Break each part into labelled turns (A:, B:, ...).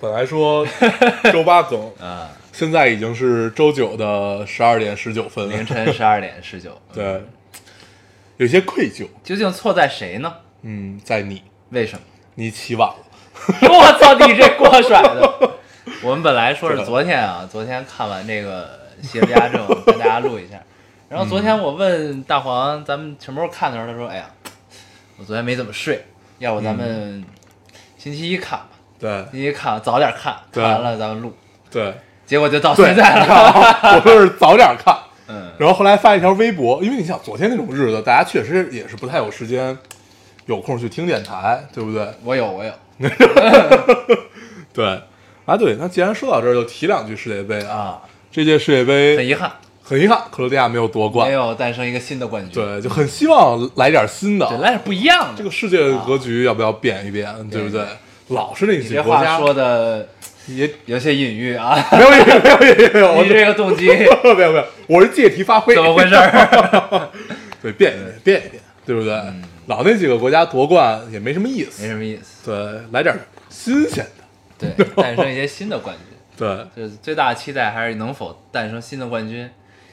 A: 本来说 周八更，
B: 啊，
A: 现在已经是周九的十二点十九分
B: 凌
A: 了，
B: 晨十二点十九。，
A: 对，有些愧疚。
B: 究竟错在谁呢？
A: 嗯，在你，
B: 为什么？
A: 你起晚了，
B: 我操，你这锅甩的！我们本来说是昨天啊，昨天看完这个《邪不压正》，跟大家录一下。然后昨天
A: 嗯
B: 我问大黄，咱们什么时候看的时候，他说：“哎呀，我昨天没怎么睡，要不咱
A: 嗯
B: 们星期一看吧？
A: 对
B: 星期一看，早点看，看
A: 对
B: 完了咱们录。”
A: 对
B: 结果就到
A: 对，
B: 现在
A: 你
B: 了。
A: 看啊，我就是早点看，
B: 嗯，
A: 然后后来发一条微博，因为你想昨天那种日子，大家确实也是不太有时间有空去听电台，对不对？
B: 我有，我有
A: 对，啊对，那既然说到这儿，就提两句世界杯啊。
B: 啊，
A: 这届世界杯
B: 很遗憾，
A: 很遗憾，克罗地亚没有夺冠
B: 没，有诞生一个新的冠军。，
A: 对，就很希望来点新的。
B: 本来是不一样的。
A: 这个世界的格局要不要变一变，对不对？老是那
B: 你
A: 些
B: 这
A: 国
B: 话
A: 家
B: 说的
A: 也
B: 有些隐喻 啊，
A: 没有没有没有没有
B: 你这个 动机
A: 我没有没有，我是借题发挥，
B: 怎么回事？儿？
A: 对，变一变，变一变，对不对？老那几个国家夺冠也没什么意
B: 嗯没
A: 思，
B: 什么意思。
A: 对，来点新鲜的，
B: 对，诞生一些新的冠军，
A: 对
B: 就是最大的期待还是能否诞生新的冠军。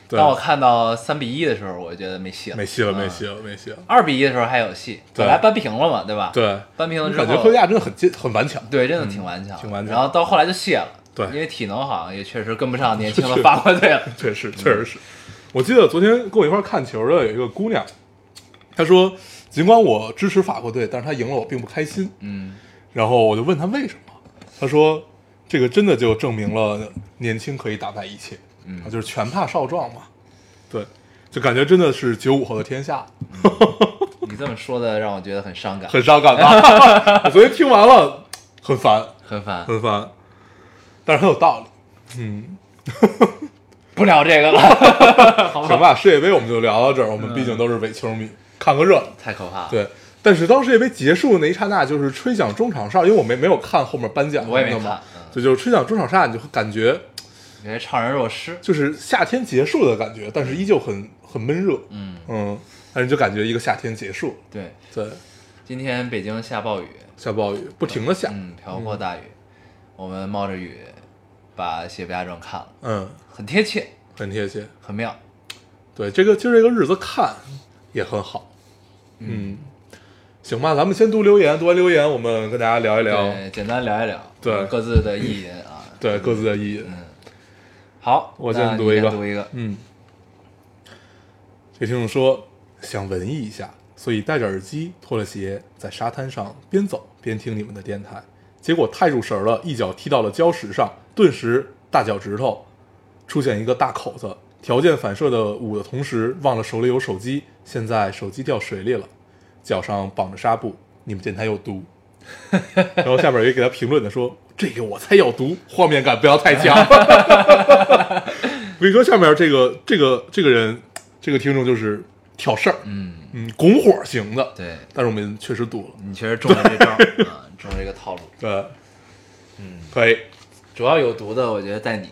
A: 对
B: 当我看到三比一的时候，我觉得没戏了，
A: 没戏了，
B: 嗯
A: 没戏。了，没戏了，
B: 二比一的时候还有戏，
A: 对
B: 本来扳平了嘛，对吧？，
A: 对，
B: 扳平了
A: 我
B: 之后，
A: 感觉克罗地亚真的很坚很顽强，
B: 对，真的挺顽强，
A: 挺顽强
B: 然后到后来就懈了，
A: 对
B: 因为体能好像也确实跟不上年轻的
A: 是
B: 法国队了。
A: 确实，确实是。我记得昨天跟我一块儿看球的有一个姑娘，她说，尽管我支持法国队，但是她赢了我并不开心。
B: 嗯，
A: 然后我就问她为什么，她说，这个真的就证明了年轻可以打败一切，
B: 嗯
A: 啊，就是拳怕少壮嘛。对，就感觉真的是九五后的天下，
B: 你这么说的让我觉得很伤感，
A: 很伤感吧？ 我昨天听完了，很烦，
B: 很烦。
A: 很烦，但是很有道理。嗯，
B: 不聊这个了，
A: 行吧，世界杯我们就聊到这儿，我们毕竟都是伪球迷，看个热闹。
B: 太可怕了。，
A: 对，但是当世界杯结束的那一刹那，就是吹响中场哨，因为我没没有看后面颁奖什
B: 我也
A: 么
B: 没
A: 的嘛
B: 看嗯，
A: 对，就是吹响中场哨，你就会感觉
B: 觉得怅然若失。
A: 就是夏天结束的感觉，但是依旧很很闷热，
B: 嗯，
A: 嗯，但是就感觉一个夏天结束，
B: 对，
A: 对，
B: 今天北京下暴雨，
A: 下暴雨，不停的下，
B: 嗯，瓢泼大雨，我们冒着雨把《谢不压正》看了，
A: 嗯，
B: 很贴切，
A: 很贴切，
B: 很妙。
A: 对，这个今儿这个日子看也很好，嗯，行吧，咱们先读留言，读完留言我们跟大家聊一聊，
B: 对，简单聊一聊，
A: 对
B: 各自的意淫 啊。
A: 对各自的意义，
B: 好，
A: 我
B: 那
A: 先
B: 你
A: 读一个，
B: 读一个。
A: 嗯，这听众说想文艺一下，所以戴着耳机，脱了鞋，在沙滩上边走边听你们的电台，结果太入神了，一脚踢到了礁石上，顿时大脚趾头出现一个大口子，条件反射的捂的同时，忘了手里有手机，现在手机掉水里了，脚上绑着纱布，你们电台有毒。 然后下边有一个给他评论的说：“这个我才有毒，画面感不要太强。”我跟你说，下面这个这个这个人，这个听众就是挑事儿，
B: 嗯，
A: 嗯，拱火型的。
B: 对
A: 但是我们确实堵了，
B: 你确实中了这招 儿啊，中了这个套路。
A: 对，嗯，可以，
B: 主要有毒的，我觉得在你，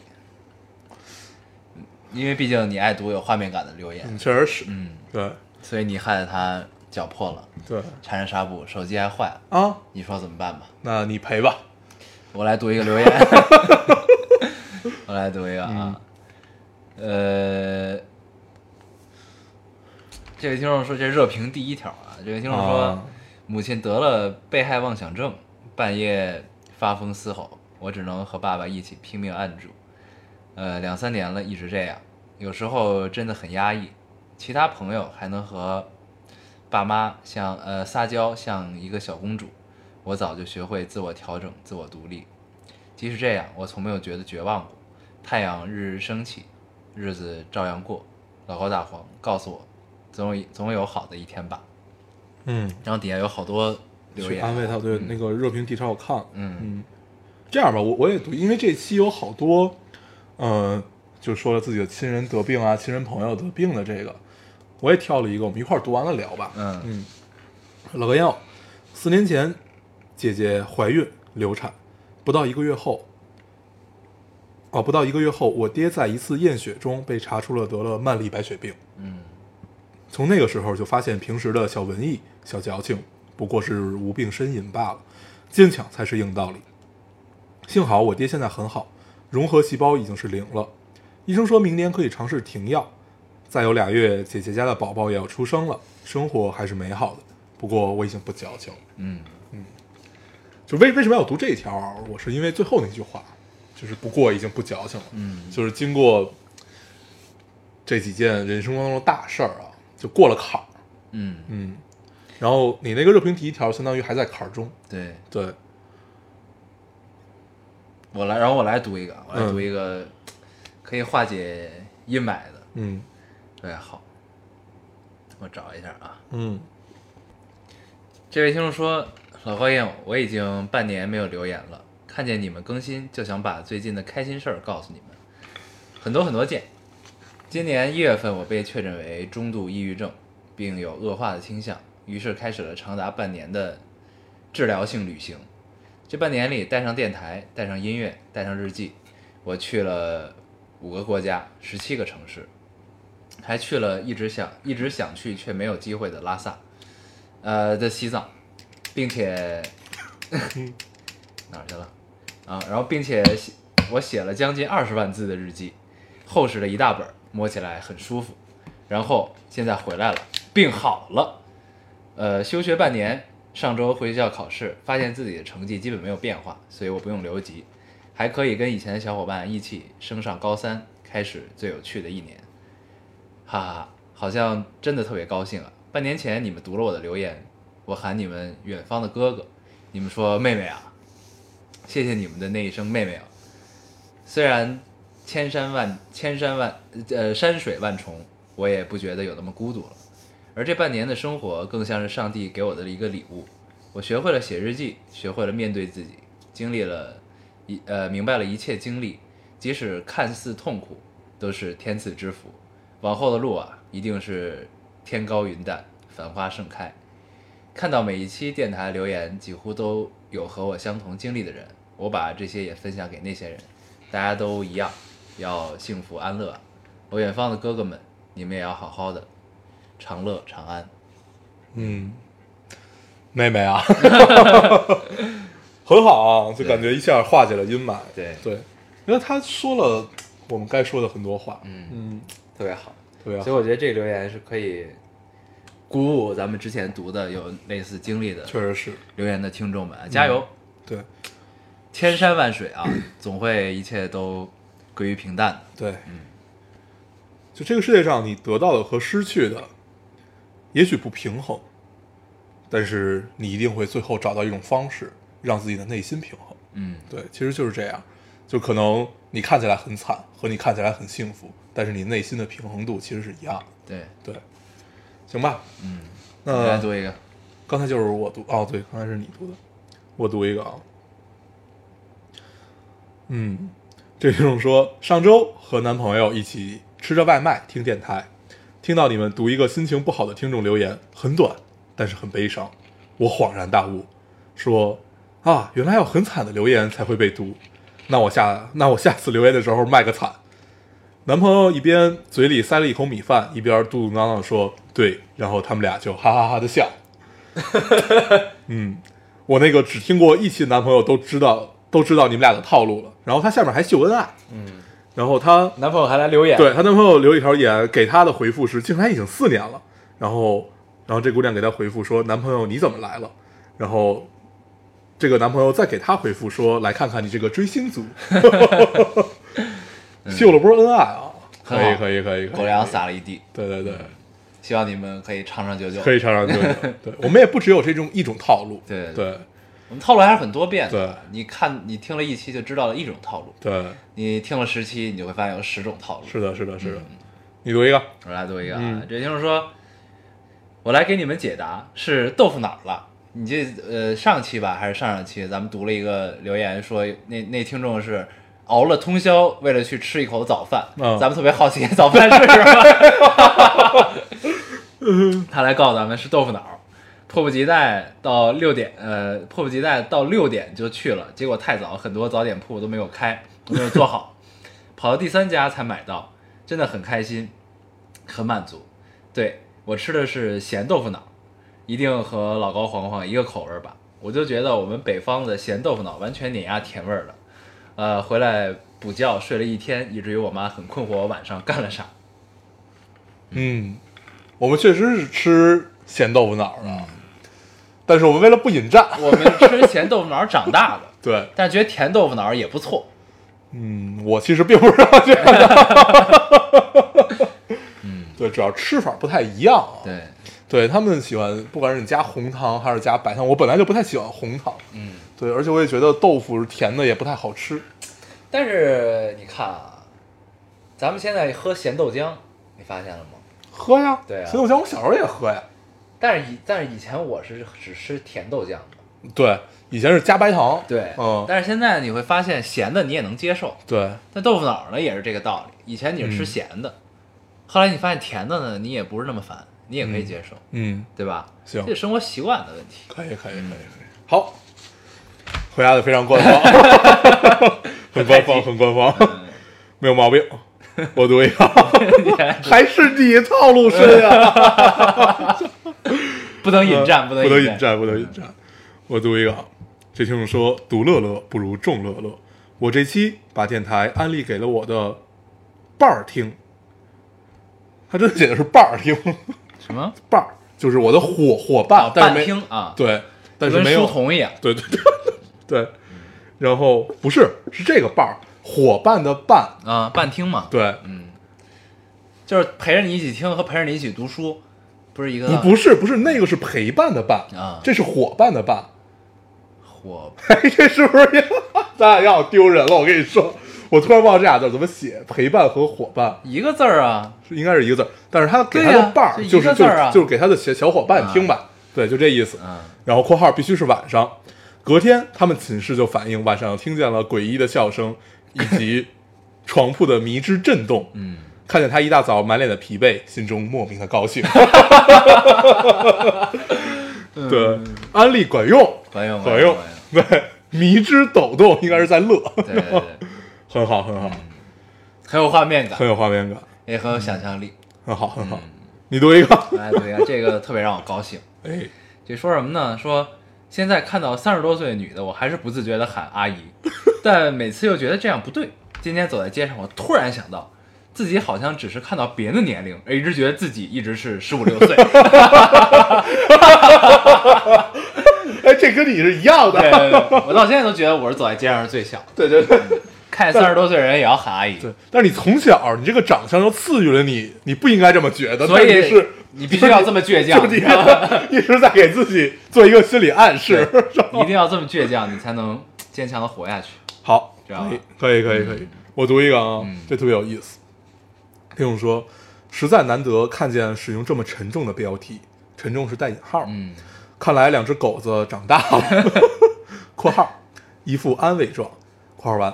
B: 因为毕竟你爱读有画面感的留言，
A: 嗯，确实是，
B: 嗯，
A: 对
B: 所以你害得他脚破了，
A: 对
B: 缠上纱布，手机还坏了，
A: 啊，
B: 你说怎么办吧？
A: 那你赔吧，
B: 我来读一个留言， 我来读一个啊，呃，这位听众说这热评第一条啊，这位听众说、
A: 啊
B: 母亲得了被害妄想症，半夜发疯嘶吼，我只能和爸爸一起拼命按住，呃，两三年了一直这样，有时候真的很压抑，其他朋友还能和爸妈像呃撒娇，像一个小公主。我早就学会自我调整、自我独立。即使这样，我从没有觉得绝望过。太阳日日升起，日子照样过。老高大黄告诉我，总有总有好的一天吧。
A: 嗯，
B: 然后底下有好多留
A: 去
B: 言，
A: 安慰他。对，那个热评第一条我看了，
B: 嗯，
A: 嗯，这样吧，我我也读，因为这期有好多，呃，就说了自己的亲人得病啊，亲人朋友得病的这个，我也挑了一个，我们一块儿读完了聊吧。
B: 嗯
A: 嗯，老格药，四年前姐姐怀孕流产，不到一个月后，哦，不到一个月后，我爹在一次验血中被查出了得了慢粒白血病。
B: 嗯，
A: 从那个时候就发现，平时的小文艺、小矫情，不过是无病呻吟罢了，坚强才是硬道理。幸好我爹现在很好，融合细胞已经是零了。医生说明年可以尝试停药，再有俩月，姐姐家的宝宝也要出生了，生活还是美好的。不过我已经不矫情了。
B: 嗯
A: 就为为什么要读这一条啊？我是因为最后那句话，就是不过已经不矫情了。
B: 嗯，
A: 就是经过这几件人生当中的大事儿啊，就过了坎儿。
B: 嗯，
A: 嗯，然后你那个热评第一条相当于还在坎儿中，
B: 对
A: 对，
B: 我来，然后我来读一个，我来
A: 嗯
B: 读一个可以化解阴霾的。
A: 嗯
B: 对，好，我找一下啊。
A: 嗯
B: 这位听众说：“老高燕，我已经半年没有留言了，看见你们更新，就想把最近的开心事儿告诉你们，很多很多件。今年一月份，我被确诊为中度抑郁症，并有恶化的倾向，于是开始了长达半年的治疗性旅行。这半年里，带上电台，带上音乐，带上日记，我去了五个国家，十七个城市，还去了一直想一直想去却没有机会的拉萨。”呃的西藏，并且哪儿去了啊？然后并且写我写了将近二十万字的日记，厚实的一大本儿，摸起来很舒服。然后现在回来了，病好了，呃，休学半年，上周回学校考试，发现自己的成绩基本没有变化，所以我不用留级，还可以跟以前的小伙伴一起升上高三，开始最有趣的一年。哈哈哈，好像真的特别高兴啊！半年前你们读了我的留言，我喊你们远方的哥哥，你们说妹妹啊，谢谢你们的那一声妹妹啊。虽然千山万千山万呃山水万重，我也不觉得有那么孤独了。而这半年的生活更像是上帝给我的一个礼物，我学会了写日记，学会了面对自己，经历了一呃明白了一切经历，即使看似痛苦，都是天赐之福。往后的路啊，一定是天高云淡，繁花盛开。看到每一期电台留言，几乎都有和我相同经历的人，我把这些也分享给那些人，大家都一样，要幸福安乐啊。我远方的哥哥们，你们也要好好的，长乐长安。
A: 嗯，妹妹啊， 很好啊，就感觉一下化解了阴霾。
B: 对
A: 对，因为他说了我们该说的很多话，嗯嗯，啊
B: 特别好，
A: 特别
B: 所
A: 好。
B: 以我觉得这留言是可以鼓舞咱们之前读的有类似经历的
A: 确实是
B: 留言的听众们啊，加油！
A: 对
B: 千山万水啊，总会一切都归于平淡的。
A: 对，就这个世界上你得到的和失去的，也许不平衡，但是你一定会最后找到一种方式，让自己的内心平衡。
B: 嗯
A: 对，其实就是这样，就可能你看起来很惨，和你看起来很幸福，但是你内心的平衡度其实是一样的。，
B: 对，
A: 对，行吧，
B: 嗯，你来
A: 那
B: 读一个，
A: 刚才就是我读，哦，对，刚才是你读的，我读一个啊。嗯，这听众说，上周和男朋友一起吃着外卖听电台，听到你们读一个心情不好的听众留言，很短，但是很悲伤，我恍然大悟，说啊，原来要很惨的留言才会被读，那我下那我下次留言的时候卖个惨。男朋友一边嘴里塞了一口米饭，一边嘟嘟囔囔地说：“对。”然后他们俩就哈哈哈的笑。嗯，我那个只听过一期的男朋友都知道都知道你们俩的套路了。然后他下面还秀恩爱，嗯，然后他
B: 男朋友还来留言，
A: 对她男朋友留一条言，给她的回复是，竟然已经四年了。然后，然后这姑娘给她回复说，男朋友你怎么来了？然后，这个男朋友再给她回复说，来看看你这个追星族， 秀了波恩爱啊，
B: 很
A: 嗯可
B: 好
A: 以可以可以，可以
B: 狗粮撒了一地，
A: 对对对，
B: 希望你们可以长长久久。
A: 可以，尝尝对对对，我们也不只有这种一种套路，
B: 对
A: 对
B: 我们套路还是很多变的。
A: 对
B: 你看，你听了一期就知道了一种套路，
A: 对，
B: 你听了十期，你就会发现有十种套路。
A: 是的是的是的，你读一个，
B: 我来读一个啊，
A: 嗯
B: 这听众说，我来给你们解答是豆腐脑儿了，你这呃上期吧还是上上期，咱们读了一个留言说那那听众是熬了通宵为了去吃一口早饭，
A: 嗯
B: 咱们特别好奇早饭是什么。他来告诉咱们是豆腐脑儿，迫不及待到六点，呃，迫不及待到六点就去了，结果太早，很多早点铺都没有开，都没有做好，跑到第三家才买到，真的很开心，很满足。对我吃的是咸豆腐脑，一定和老高黄黄一个口味儿吧。我就觉得我们北方的咸豆腐脑完全碾压甜味儿了。呃，回来补觉睡了一天，以至于我妈很困惑我晚上干了啥。
A: 嗯，我们确实是吃咸豆腐脑儿啊，但是我们为了不引战，
B: 我们吃咸豆腐脑长大的，
A: 对，
B: 但觉得甜豆腐脑也不错。
A: 嗯，我其实并不知道这样 的，嗯，对，主要吃法不太一样啊，
B: 对，
A: 对他们喜欢，不管是你加红糖还是加白糖，我本来就不太喜欢红糖，
B: 嗯，
A: 对，而且我也觉得豆腐是甜的也不太好吃，
B: 但是你看啊，咱们现在喝咸豆浆，你发现了吗？
A: 喝呀，
B: 对啊
A: 咸豆浆我小时候也喝呀，
B: 但是以但是以前我是只吃甜豆浆的，
A: 对，以前是加白糖，嗯，
B: 但是现在你会发现咸的你也能接受，
A: 对，
B: 但豆腐脑呢也是这个道理。以前你是吃
A: 嗯
B: 咸的，后来你发现甜的呢，你也不是那么烦，你也可以接受，
A: 嗯，
B: 对吧？
A: 行
B: 这是生活习惯的问题。
A: 可以，可以，可以，可以，嗯好，回答的非常官方， 很官方，很官方，没有毛病，我读一个， 还是你套路深啊。
B: 不能引战，不
A: 呃不
B: 能
A: 能
B: 引
A: 引。战，不能引战。我读一个，啊，这听众说：“独乐乐不如众乐乐。”我这期把电台安利给了我的伴儿听，他真的写的是伴儿听，
B: 什么？
A: 伴儿就是我的伙伙哦伴，但是
B: 半
A: 没
B: 听啊，，
A: 对，但是
B: 跟
A: 没
B: 书
A: 有
B: 童一样。
A: 对对对对，然后不是是这个伴儿伙伴的伴，
B: 啊，半听嘛，
A: 对，
B: 就是陪着你一起听和陪着你一起读书，不是一个
A: 不不是不是那个是陪伴的伴
B: 啊
A: 这是伙伴的伴，
B: 火
A: 哎，这是不是要咱俩要丢人了？我跟你说，我突然忘了这俩字怎么写，陪伴和伙伴
B: 一个字儿啊，
A: 是应该是一个字儿，但是他给
B: 对
A: 他
B: 呀
A: 的伴儿、
B: 就一
A: 就
B: 个
A: 是
B: 字儿啊
A: 就是就是给他的小小伙伴听吧，对，就这意思。
B: 嗯，
A: 然后括号必须是晚上，隔天他们寝室就反映晚上听见了诡异的笑声以及床铺的迷之震动，
B: 嗯，
A: 看见他一大早满脸的疲惫，心中莫名的 高兴。对，安利管用，
B: 嗯管用嗯
A: 管用
B: 管，
A: 对，迷之抖动应该是在乐，
B: 对对对，
A: 很好，
B: 嗯
A: 很好，
B: 很有画面感
A: 很，有画面感，
B: 也很有想象力。
A: 很好，很好。
B: 嗯
A: 你读一个，
B: 哎，对呀，这个特别让我高兴。
A: 哎，
B: 这说什么呢？说现在看到三十多岁的女的，我还是不自觉的喊阿姨， 但每次又觉得这样不对。今天走在街上，我突然想到，自己好像只是看到别人的年龄，而一直觉得自己一直是十五六 岁。
A: 哎，这跟你是一样
B: 对
A: 的，
B: 对对，我到现在都觉得我是走在街上是最小的，嗯
A: 对对对
B: 看三十多岁的人也要喊阿姨。
A: 对。但是你从小，你这个长相就赐予了你，你不应该这么觉得，
B: 所
A: 但
B: 以
A: 你是
B: 你必须要这么倔强
A: 就，
B: 你
A: 你
B: 知道吗
A: 一直在给自己做一个心理暗示。
B: 你 一定要这么倔强，你才能坚强的活下去。
A: 好，
B: 知道吧
A: 可以，可以，可以，
B: 嗯
A: 可以。我读一个啊，这特别有意思。听众说，实在难得看见使用这么沉重的标题，沉重是带引号。
B: 嗯，
A: 看来两只狗子长大了。（括号一副安慰状）（括号完）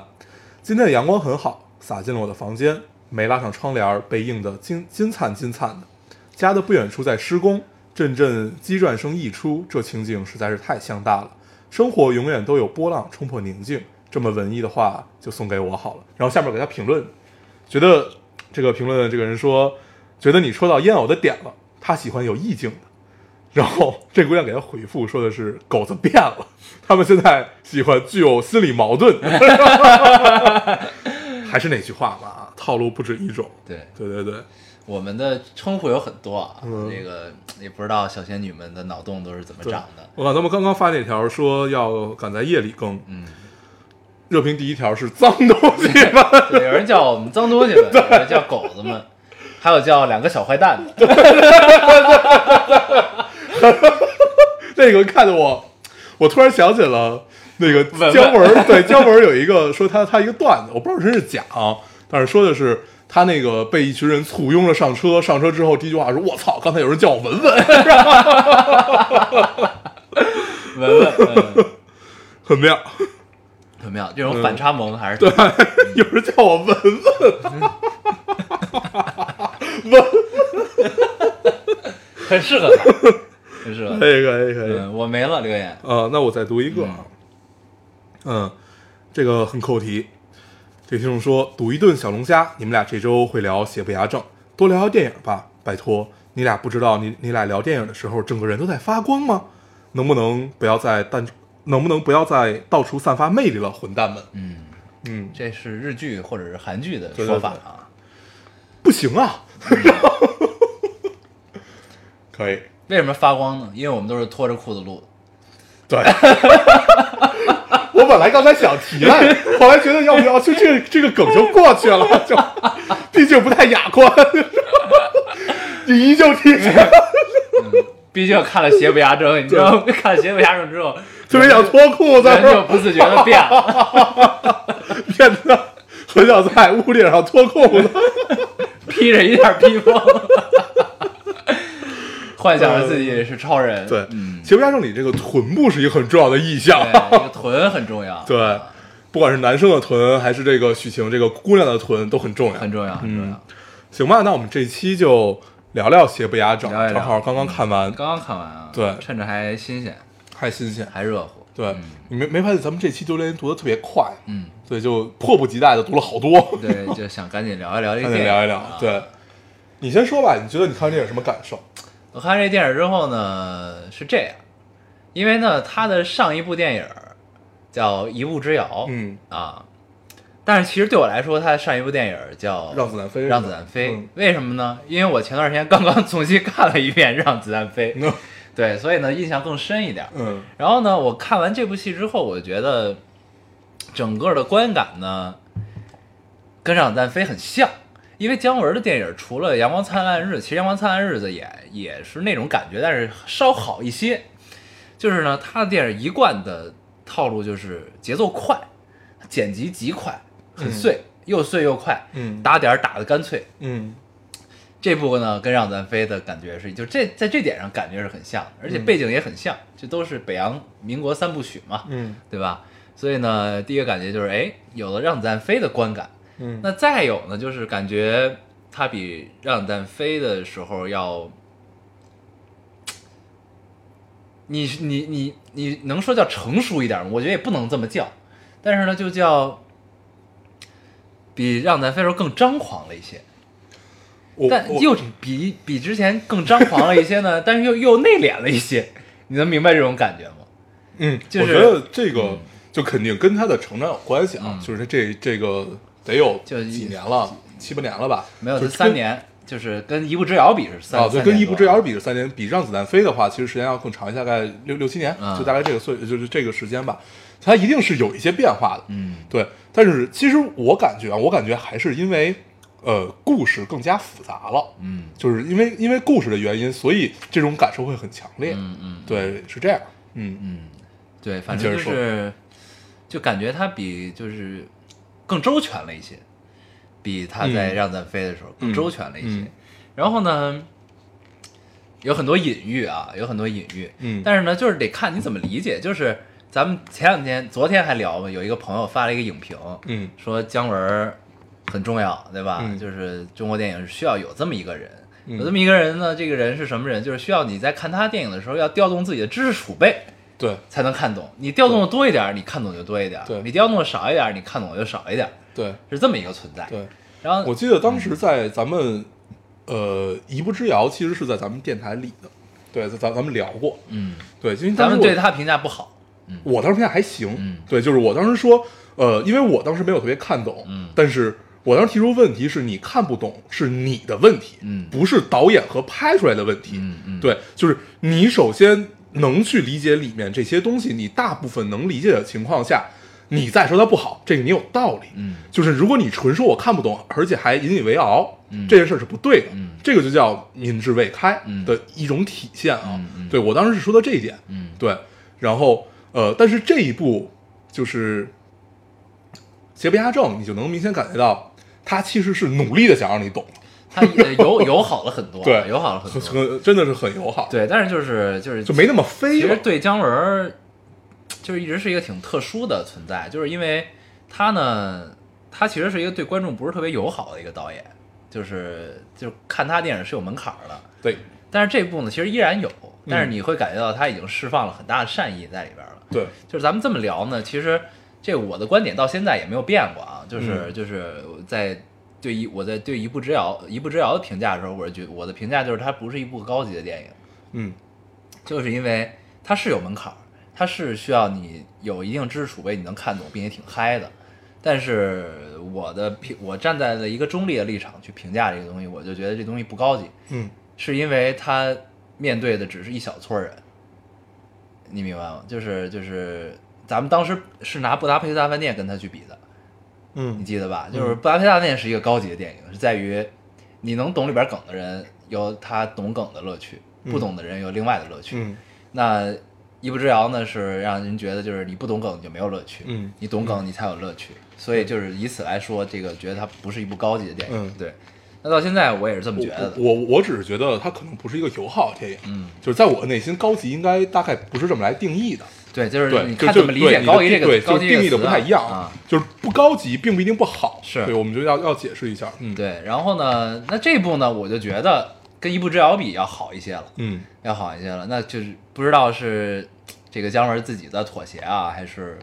A: 今天的阳光很好，洒进了我的房间，没拉上窗帘儿，被映得金金灿金灿的。家的不远处在施工，阵阵鸡转声溢出，这情景实在是太相大了。生活永远都有波浪冲破宁静，这么文艺的话就送给我好了。然后下面给他评论，觉得这个评论的这个人说，觉得你说到烟偶的点了，他喜欢有意境的。然后这姑娘给他回复说的是狗子变了，他们现在喜欢具有心理矛盾。 还是那句话吧，啊，套路不止一种。
B: 对，
A: 对对对，
B: 我们的称呼有很多啊，
A: 嗯
B: 这个也不知道小仙女们的脑洞都是怎么
A: 对
B: 长的。
A: 我看他们刚刚发那条说要赶在夜里更，
B: 嗯，
A: 热评第一条是脏东西吧？
B: 对，有人叫我们脏东 西们，有人叫狗子们，还有叫两个小坏蛋的。
A: 那个看得我，我突然想起了那个
B: 文
A: 姜文儿，对姜文儿有一个说他他一个段子，我不知道真是假啊，但是说的是他那个被一群人簇拥着上车，上车之后第一句话是“我操，刚才有人叫我文文”，
B: 文文，嗯，
A: 很妙。
B: 很妙，这种反差萌还是
A: 对，有人叫我文文，
B: 很适合 他，很适合他。
A: 可以可以可以。
B: 嗯，我没了留言，
A: 啊，那我再读一个啊，嗯，这个很扣题。这个听众说，赌一顿小龙虾，你们俩这周会聊邪不压正，多聊聊电影吧，拜托。你俩不知道你你俩聊电影的时候，整个人都在发光吗？能不能不要再但能不能不要再到处散发魅力了，混蛋们？嗯嗯，
B: 这是日剧或者是韩剧的
A: 对对
B: 说法
A: 对
B: 啊。
A: 不行啊，嗯 可以，
B: 为什么发光呢？因为我们都是拖着裤子录的。
A: 对， 我本来刚才想提来，后来觉得要不要就这个这个梗就过去了， 就毕竟不太雅观。你依旧提起来，
B: 毕竟看了《邪不压正》，你知道吗，看了《邪不压正》 之后，
A: 特别想脱裤子，
B: 人就不自觉的变了。
A: 变得很想在屋顶上脱裤 子。
B: 披着一件披风，幻想着自己是超人。
A: 对，
B: 嗯，
A: 邪不压正里这个臀部是一个很重要的意象。
B: 对，这个臀很重要，，
A: 对，不管是男生的臀还是这个许晴这个姑娘的臀都很重要。嗯
B: 很重要，很重要。
A: 行吧，那我们这期就聊聊邪不压正，
B: 聊一聊
A: 正好刚刚看完，
B: 刚刚看完啊，
A: 对
B: 趁着还新鲜，
A: 太新鲜。
B: 还热乎，
A: 对
B: 嗯，
A: 你没没发现咱们这期丢人读的特别快，
B: 嗯，
A: 所以就迫不及待的读了好多，
B: 对，就想赶紧聊一聊这个
A: 嗯赶
B: 电影，
A: 紧聊一聊。，
B: 啊
A: 对，你先说吧，你觉得你看完电影什么感受？
B: 我看这电影之后呢，是这样，因为呢，他的上一部电影叫《一步之遥》，
A: 嗯，
B: 啊，但是其实对我来说，他上一部电影叫《
A: 让子弹飞是吧，
B: 让子弹飞》
A: 嗯
B: 为什么呢？因为我前段时间刚刚重新看了一遍《让子弹飞》
A: 嗯
B: 对，所以呢印象更深一点。
A: 嗯
B: 然后呢，我看完这部戏之后，我觉得整个的观感呢，跟《让子弹飞》很像。因为姜文的电影除了《阳光灿烂的日子》，其实《阳光灿烂的日子也》也是那种感觉，但是稍好一些。就是呢，他的电影一贯的套路就是节奏快，剪辑极快，很碎，又碎又快，
A: 嗯
B: 打点儿打的干脆。
A: 嗯
B: 这部呢跟《让子弹飞》的感觉是，就这在这点上感觉是很像，而且背景也很像，这都是北洋民国三部曲嘛，
A: 嗯
B: 对吧？所以呢，第一个感觉就是，哎，有了《让子弹飞》的观感。
A: 嗯，
B: 那再有呢，就是感觉它比《让子弹飞》的时候要，你你你你能说叫成熟一点吗？我觉得也不能这么叫，但是呢，就叫比《让子弹飞》的时候更张狂了一些。
A: 我
B: 但
A: 我
B: 又比比之前更张狂了一些呢， 但是又又内敛了一些，你能明白这种感觉吗？
A: 嗯，
B: 就
A: 我
B: 是
A: 觉得这个就肯定跟他的成长有关系
B: 嗯
A: 啊，就是这这个得有
B: 就
A: 几年了，七八年了吧？
B: 没有，
A: 就
B: 这
A: 是
B: 三
A: 跟
B: 年，就是跟一步之遥比是三
A: 啊，对，
B: 三
A: 跟
B: 年
A: 一步之遥
B: 多
A: 比是三年，比让子弹飞的话，其实时间要更长，大概六六七年，
B: 嗯
A: 就大概这个岁，就是这个时间吧。它一定是有一些变化的，
B: 嗯，
A: 对。但是其实我感觉啊，我感觉还是因为，呃，故事更加复杂了，
B: 嗯，
A: 就是因为因为故事的原因，所以这种感受会很强烈，
B: 嗯嗯，
A: 对，是这样，嗯
B: 嗯，对，反
A: 你
B: 正就
A: 接着说
B: 是就感觉它比就是更周全了一些，比他在
A: 嗯
B: 让咱飞的时候
A: 嗯
B: 更周全了一些。
A: 嗯
B: 然后呢，有很多隐喻啊，有很多隐喻，
A: 嗯
B: 但是呢，就是得看你怎么理解。就是咱们前两天、昨天还聊嘛，有一个朋友发了一个影评，
A: 嗯
B: 说姜文儿很重要，对吧？
A: 嗯
B: 就是中国电影是需要有这么一个人，
A: 嗯
B: 有这么一个人呢，这个人是什么人？就是需要你在看他电影的时候，要调动自己的知识储备。
A: 对
B: 才能看懂，你调动的多一点儿，你看懂就多一点儿；
A: 对
B: 你调动的少一点儿，你看懂就少一点儿，
A: 对
B: 是这么一个存在。
A: 对。
B: 然后
A: 我记得当
B: 嗯
A: 时在咱们，呃，一步之遥其实是在咱们电台里的，对，咱咱咱们聊过，
B: 嗯，
A: 对，因为当
B: 咱
A: 时
B: 们
A: 我
B: 对他评价不好，
A: 我当时评价还行，
B: 嗯
A: 对，就是我当时说，呃，因为我当时没有特别看懂，
B: 嗯
A: 但是我当时提出问题是你看不懂是你的问题，
B: 嗯
A: 不是导演和拍出来的问题，
B: 嗯嗯
A: 对，就是你首先能去理解里面这些东西，你大部分能理解的情况下，你再说它不好，这个你有道理，
B: 嗯，
A: 就是如果你纯说我看不懂，而且还引以为傲，
B: 嗯
A: 这件事儿是不对的，
B: 嗯
A: 这个就叫民智未开
B: 嗯
A: 的一种体现啊，
B: 嗯嗯
A: 对我当时是说到这一点，
B: 嗯
A: 对，然后呃，但是这一步就是邪不压正，你就能明显感觉到他其实是努力的想让你懂，
B: 他呃友友好了很多，啊
A: 对
B: 友好了很
A: 很
B: 多。
A: 很真的是很友好，，
B: 对，但是就是就是
A: 就没那么飞
B: 其实
A: 了，
B: 对姜文儿就是一直是一个挺特殊的存在，就是因为他呢，他其实是一个对观众不是特别友好的一个导演，就是就是看他电影是有门槛儿的，
A: 对
B: 但是这部呢其实依然有，但是你会感觉到他已经释放了很大的善意在里边了。
A: 对，
B: 就是咱们这么聊呢，其实这我的观点到现在也没有变过啊，就是、就是我在对一我在对一步之遥一步之遥的评价的时候，我是觉我的评价就是它不是一部高级的电影，
A: 嗯
B: 就是因为它是有门槛儿，它是需要你有一定知识储备，你能看懂并且挺嗨的。但是我的评，我站在了一个中立的立场去评价这个东西，我就觉得这东西不高级，
A: 嗯，
B: 是因为他面对的只是一小撮人，你明白吗？就是就是，咱们当时是拿《布达佩斯大饭店》跟他去比的，你
A: 嗯
B: 记得吧？就是《布达佩斯大饭店》是一个高级的电影，是在于你能懂里边梗的人有他懂梗的乐趣，不懂的人有另外的乐趣。
A: 嗯
B: 那一步之遥呢，是让人觉得就是你不懂梗你就没有乐趣，
A: 嗯
B: 你懂梗你才有乐趣。所以就是以此来说，这个觉得它不是一部高级的电影，
A: 嗯
B: 对。那到现在我也是这么觉
A: 我
B: 得，
A: 我我只是觉得它可能不是一个友好的电影，嗯，就是在我内心，高级应该大概不是这么来定义的，
B: 对，就是
A: 对，
B: 你
A: 就
B: 看
A: 就
B: 怎么理解
A: 对
B: 高级
A: 你
B: 这个
A: 的对，
B: 高
A: 就
B: 级
A: 是
B: 这个
A: 定义的
B: 词
A: 不太一样
B: 啊。，
A: 就是不高级并不一定不好，
B: 是
A: 对，我们就要要解释一下，嗯，，
B: 对，然后呢，那这一部呢，我就觉得跟一步之遥比要好一些了，
A: 嗯
B: 要好一些了。那就是不知道是这个姜文自己的妥协啊，还是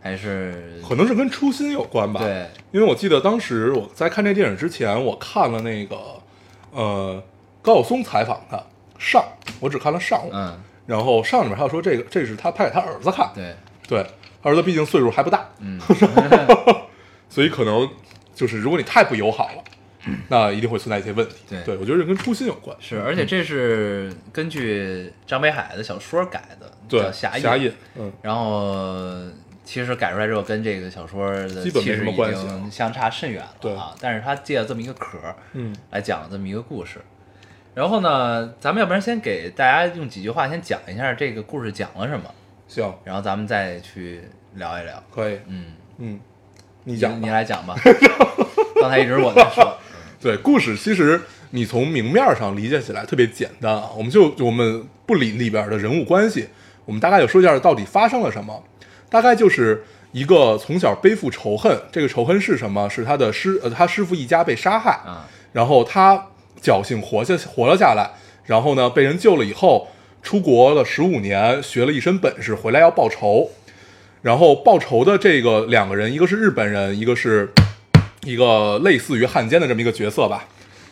B: 还是
A: 可能是跟初心有关吧，，
B: 对，
A: 因为我记得当时我在看这电影之前，我看了那个呃高晓松采访他上，我只看了上，
B: 嗯，
A: 然后上里面他说这个这是他拍给他儿子看，
B: 对，
A: 对，他儿子毕竟岁数还不大，
B: 嗯，
A: 所以可能就是如果你太不友好了，那一定会存在一些问题。
B: 嗯对
A: 我觉得这跟初心有关。
B: 是，而且这是根据张北海的小说改的，
A: 对，
B: 叫《
A: 侠
B: 侠
A: 印，嗯，
B: 然后其实改出来之后，跟这个小说的
A: 基本没
B: 气
A: 什
B: 质
A: 么
B: 已
A: 关系
B: 经相差甚远
A: 对
B: 了啊。但是他借了这么一个壳儿，
A: 嗯，
B: 来讲了这么一个故事。然后呢，咱们要不然先给大家用几句话先讲一下这个故事讲了什么，
A: 行，
B: 然后咱们再去聊一聊。
A: 可以，
B: 嗯，
A: 嗯，你讲
B: 你
A: 吧。
B: 来讲吧。 刚才一直我在 说，
A: 对，故事其实你从明面上理解起来特别简单啊，我们就我们不理里边的人物关系，我们大概就说一下到底发生了什么。大概就是一个从小背负仇恨，这个仇恨是什么？是他的师呃，他师傅一家被杀害，
B: 嗯
A: 然后他侥幸活下活了下来，然后呢被人救了以后，出国了十五年，学了一身本事，回来要报仇。然后报仇的这个两个人，一个是日本人，一个是一个类似于汉奸的这么一个角色吧。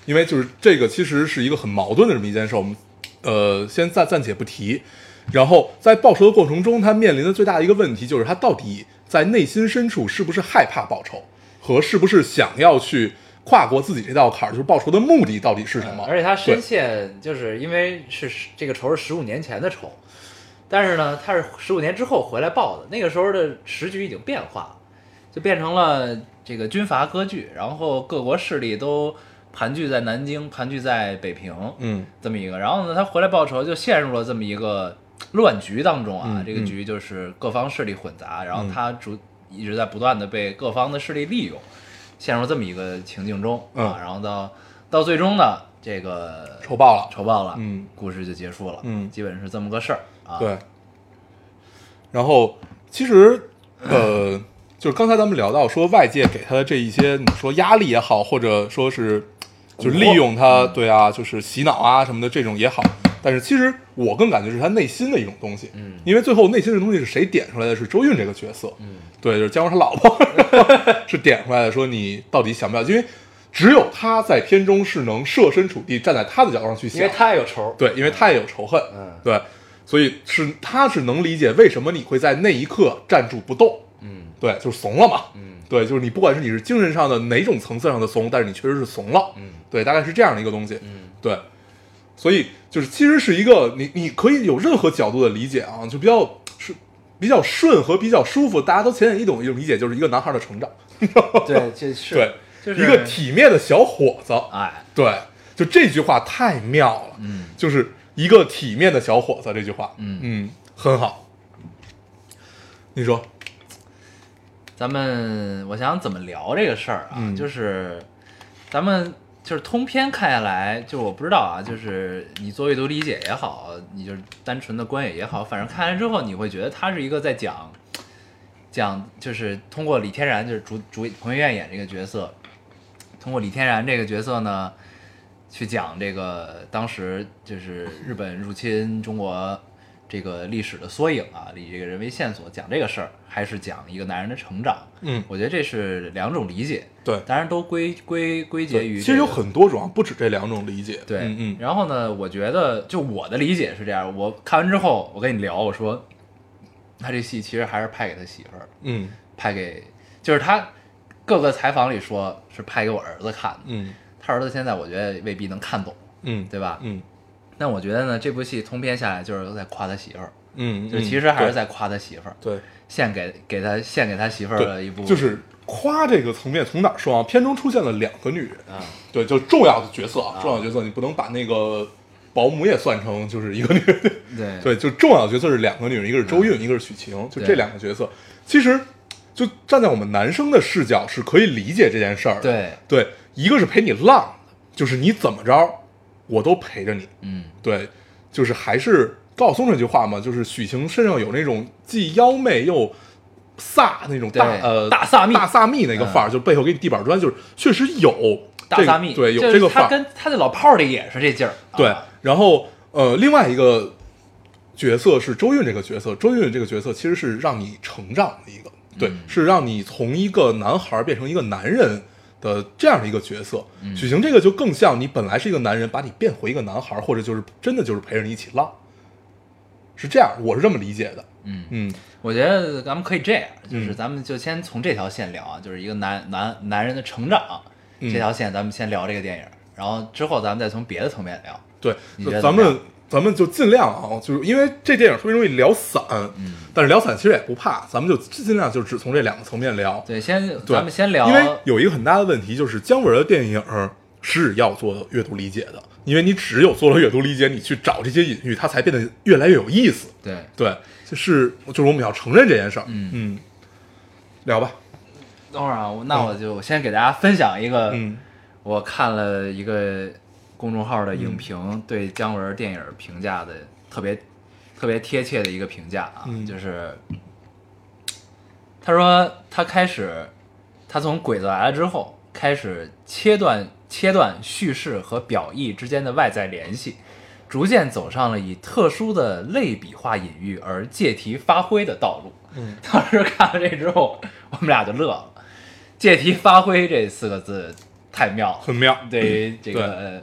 A: 因为就是这个其实是一个很矛盾的这么一件事，我们呃先暂暂且不提。然后在报仇的过程中，他面临的最大的一个问题就是他到底在内心深处是不是害怕报仇，和是不是想要去跨过自己这道坎儿，就是报仇的目的到底是什么？
B: 而且他
A: 对
B: 深陷，就是因为是十这个仇是十五年前的仇，但是呢，他是十五年之后回来报的。那个时候的时局已经变化了，就变成了这个军阀割据，然后各国势力都盘踞在南京，盘踞在北平，
A: 嗯
B: 这么一个。然后呢，他回来报仇就陷入了这么一个乱局当中啊。
A: 嗯
B: 这个
A: 嗯
B: 局就是各方势力混杂，然后
A: 嗯
B: 他主一直在不断的被各方的势力利用，陷入这么一个情境中啊。
A: 嗯
B: 然后到到最终呢，这个
A: 仇报了，
B: 仇报了，
A: 嗯，
B: 故事就结束了，
A: 嗯
B: 基本是这么个事儿啊。
A: 对。然后其实呃，就是刚才咱们聊到说外界给他的这一些，你说压力也好，或者说是就是利用他，对啊，就是洗脑啊什么的这种也好。但是其实我更感觉是他内心的一种东西，嗯，因为最后内心的东西是谁点出来的？是周韵这个角色，嗯，对，就是姜文他老婆 是点出来的，说你到底想不想？因为只有他在片中是能设身处地站在他的角度上去想，
B: 他有仇，
A: 对，因为他也有仇恨，
B: 嗯
A: 对，所以是他是能理解为什么你会在那一刻站住不动，
B: 嗯
A: 对，就是怂了嘛，
B: 嗯，
A: 对，就是你不管是你是精神上的哪种层次上的怂，但是你确实是怂了，
B: 嗯，
A: 对，大概是这样的一个东西，
B: 嗯
A: 对，所以就是其实是一个你你可以有任何角度的理解啊，就比较是比较顺和比较舒服，大家都浅显易懂一种理解，就是一个男孩的成长，
B: 对，这是
A: 对，
B: 就是
A: 一个体面的小伙子，
B: 哎，
A: 对，就这句话太妙了，
B: 嗯
A: 就是一个体面的小伙子这句话，
B: 嗯
A: 很好。你说，
B: 咱们我想怎么聊这个事儿啊，
A: 嗯
B: 就是咱们就是通篇看下来，就是我不知道啊，就是你做阅读理解也好，你就是单纯的观影也好，反正看完之后你会觉得他是一个在讲，讲就是通过李天然就是主主彭于晏演这个角色，通过李天然这个角色呢，去讲这个当时就是日本入侵中国这个历史的缩影啊，以这个人为线索讲这个事儿，还是讲一个男人的成长，
A: 嗯，
B: 我觉得这是两种理解。
A: 对，
B: 当然都归归归结于、
A: 其实有很多种，啊不止这两种理解。
B: 对，
A: 嗯嗯，
B: 然后呢，我觉得就我的理解是这样，我看完之后，我跟你聊，我说他这戏其实还是拍给他媳妇儿，
A: 嗯
B: 拍给就是他各个采访里说是拍给我儿子看的，
A: 嗯
B: 他儿子现在我觉得未必能看懂，
A: 嗯，
B: 对吧？
A: 嗯
B: 但我觉得呢，这部戏通篇下来就是在夸他媳妇儿，
A: 嗯，
B: 就
A: 嗯
B: 其实还是在夸他媳妇儿，
A: 对
B: 献给给他献给他媳妇儿
A: 对
B: 的一部，
A: 就是夸这个层面从哪儿说啊？片中出现了两个女人，
B: 啊，
A: 对，就重要的角色啊，重要角色，你不能把那个保姆也算成就是一个女人。
B: 对嗯
A: 对，就重要角色是两个女人，一个是周韵，一个是许晴，就
B: 对
A: 这两个角色，其实就站在我们男生的视角是可以理解这件事儿的。
B: 对，
A: 对，一个是陪你浪，就是你怎么着，我都陪着你。
B: 嗯，
A: 对，就是还是高晓松这句话嘛，就是许晴身上有那种既妖媚又飒那种大
B: 对
A: 呃
B: 大飒蜜嗯
A: 大飒蜜那个范儿，就背后给你地板砖，就是确实有
B: 大
A: 这个
B: 撒蜜，
A: 对，有
B: 就是
A: 这个范
B: 他
A: 儿，
B: 跟他的老炮儿里也是这劲儿，
A: 对
B: 啊。
A: 然后呃，另外一个角色是周韵这个角色，周韵这个角色其实是让你成长的一个，对，
B: 嗯
A: 是让你从一个男孩变成一个男人。的这样的一个角色，
B: 嗯
A: 许晴这个就更像你本来是一个男人，把你变回一个男孩，或者就是真的就是陪着你一起浪，是这样，我是这么理解的。
B: 嗯
A: 嗯
B: 我觉得咱们可以这样，就是
A: 嗯
B: 咱们就先从这条线聊啊，就是一个男男男人的成长
A: 嗯
B: 这条线，咱们先聊这个电影，然后之后咱们再从别的层面聊。
A: 对
B: 你觉，得
A: 咱
B: 怎么
A: 们
B: 样
A: 咱们就尽量啊，就是因为这电影特别容易聊散，
B: 嗯
A: 但是聊散其实也不怕，咱们就尽量就只从这两个层面聊。
B: 对，先
A: 对
B: 咱们先聊，
A: 因为有一个很大的问题就是姜文的电影是要做阅读理解的，因为你只有做了阅读理解，你去找这些隐喻，它才变得越来越有意思。
B: 对，
A: 对，就是就是我们要承认这件事儿。嗯聊吧。
B: 等会儿啊，我那我就先给大家分享一个，
A: 嗯
B: 我看了一个公众号的
A: 嗯
B: 影评，对姜文电影评价的特别特别贴切的一个评价啊，
A: 嗯
B: 就是他说他开始，他从《鬼子来了》之后开始切断切断叙事和表意之间的外在联系，逐渐走上了以特殊的类比化隐喻而借题发挥的道路。
A: 嗯，
B: 当时看了这之后，我们俩就乐了。借题发挥这四个字太妙了，
A: 很妙
B: 对于这个
A: 对
B: 呃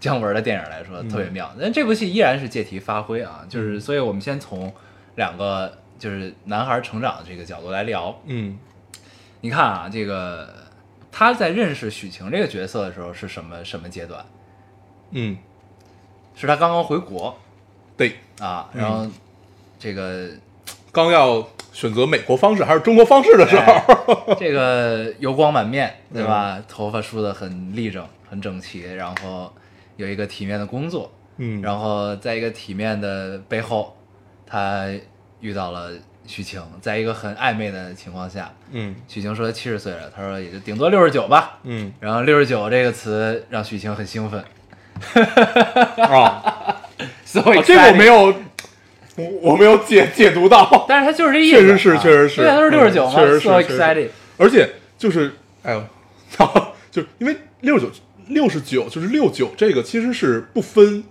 B: 姜文的电影来说特别妙。但这部戏依然是借题发挥啊，就是所以我们先从两个就是男孩成长的这个角度来聊。
A: 嗯
B: 你看啊，这个他在认识许晴这个角色的时候是什么什么阶段？
A: 嗯，
B: 是他刚刚回国
A: 对，
B: 啊，然后这个
A: 刚要选择美国方式还是中国方式的时候，
B: 哎这个油光满面，对吧？头发梳得很立正，很整齐，然后有一个体面的工作，
A: 嗯，
B: 然后在一个体面的背后，他遇到了许晴，在一个很暧昧的情况下，
A: 嗯
B: 许晴说七十岁了，他说也就顶多六十九吧。
A: 嗯
B: 然后“六十九”这个词让许晴很兴奋，
A: 啊，
B: 所 以、
A: 啊这个我没，有，我我没有解解读到。
B: 但是他就是这意思，
A: 确实是
B: 啊
A: 确实是
B: 对，他是
A: 嗯
B: 六十九嘛
A: 确实是
B: ，so
A: 确实是
B: excited，
A: 而且就是，哎呦，就是因为六十九六十九就是六九这个其实是不分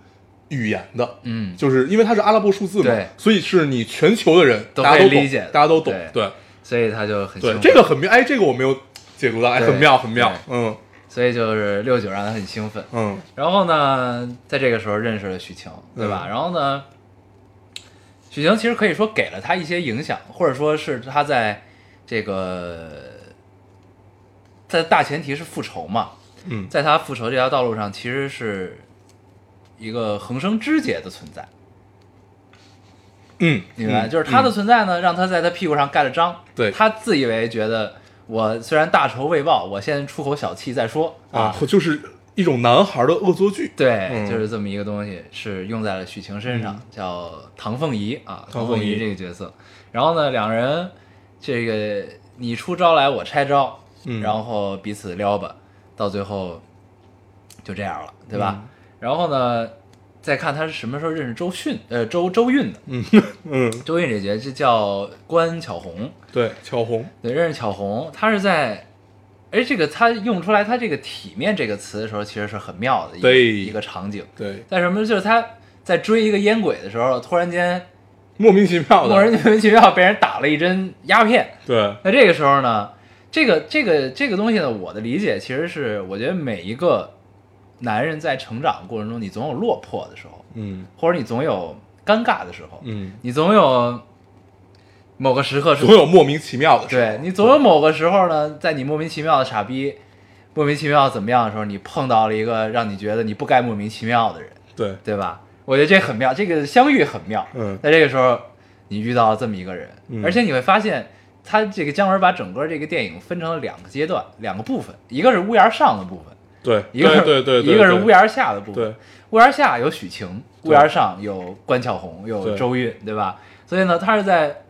A: 语言的，
B: 嗯
A: 就是因为它是阿拉伯数字嘛
B: 对，
A: 所以是你全球的人
B: 都
A: 大家
B: 可以
A: 都懂
B: 理解的
A: 大家都懂，对
B: 对所以他就很兴
A: 对，
B: 奋。
A: 这个很妙，哎，这个我没有解读到，哎，
B: 对
A: 很妙很妙，嗯
B: 所以就是六九让他很兴奋。
A: 嗯
B: 然后呢，在这个时候认识了许晴，对吧？
A: 嗯
B: 然后呢，许晴其实可以说给了他一些影响，或者说是他在这个在大前提是复仇嘛，
A: 嗯
B: 在他复仇这条道路上，其实是一个横生枝节的存在，
A: 嗯，
B: 你明白？就是他的存在呢，让他在他屁股上盖了章。
A: 对
B: 他自以为觉得我虽然大仇未报，我先出口小气再说
A: 啊，就是一种男孩的恶作剧，
B: 对，
A: 嗯
B: 就是这么一个东西，是用在了许晴身上，叫唐凤仪啊，
A: 唐
B: 唐
A: 凤
B: 凤
A: 仪
B: 仪这个角色。然后呢，两人这个你出招来，我拆招，
A: 嗯
B: 然后彼此撩吧，到最后就这样了，对吧？
A: 嗯
B: 然后呢，再看他是什么时候认识周迅，呃，周周韵的。
A: 嗯，
B: 周韵这角这叫关巧红，
A: 对，乔红，
B: 对，认识巧红，他是在，哎，这个他用出来他这个体面这个词的时候，其实是很妙的一个
A: 对
B: 一个场景。
A: 对，
B: 但什么就是他在追一个烟鬼的时候，突然间
A: 莫名其妙
B: 莫
A: 的，
B: 名其妙被人打了一针鸦片，
A: 对，
B: 那这个时候呢，这个这个这个东西呢，我的理解其实是，我觉得每一个男人在成长过程中，你总有落魄的时候，
A: 嗯
B: 或者你总有尴尬的时候，
A: 嗯，
B: 你总有某个时刻是
A: 总有莫名其妙的时候，
B: 对你总有某个时候呢，在你莫名其妙的傻逼、莫名其妙怎么样的时候，你碰到了一个让你觉得你不该莫名其妙的人，
A: 对，
B: 对吧？我觉得这很妙，这个相遇很妙。
A: 嗯
B: 在这个时候，你遇到了这么一个人，
A: 嗯
B: 而且你会发现，他这个姜文把整个这个电影分成了两个阶段、两个部分，一个是屋檐上的部分，
A: 对，
B: 一个是
A: 对对对对，
B: 一个是
A: 对
B: 屋檐下的部分
A: 对。
B: 屋檐下有许晴，
A: 对
B: 屋檐上有关巧红，有
A: 对
B: 周韵，对吧？所以呢，他是在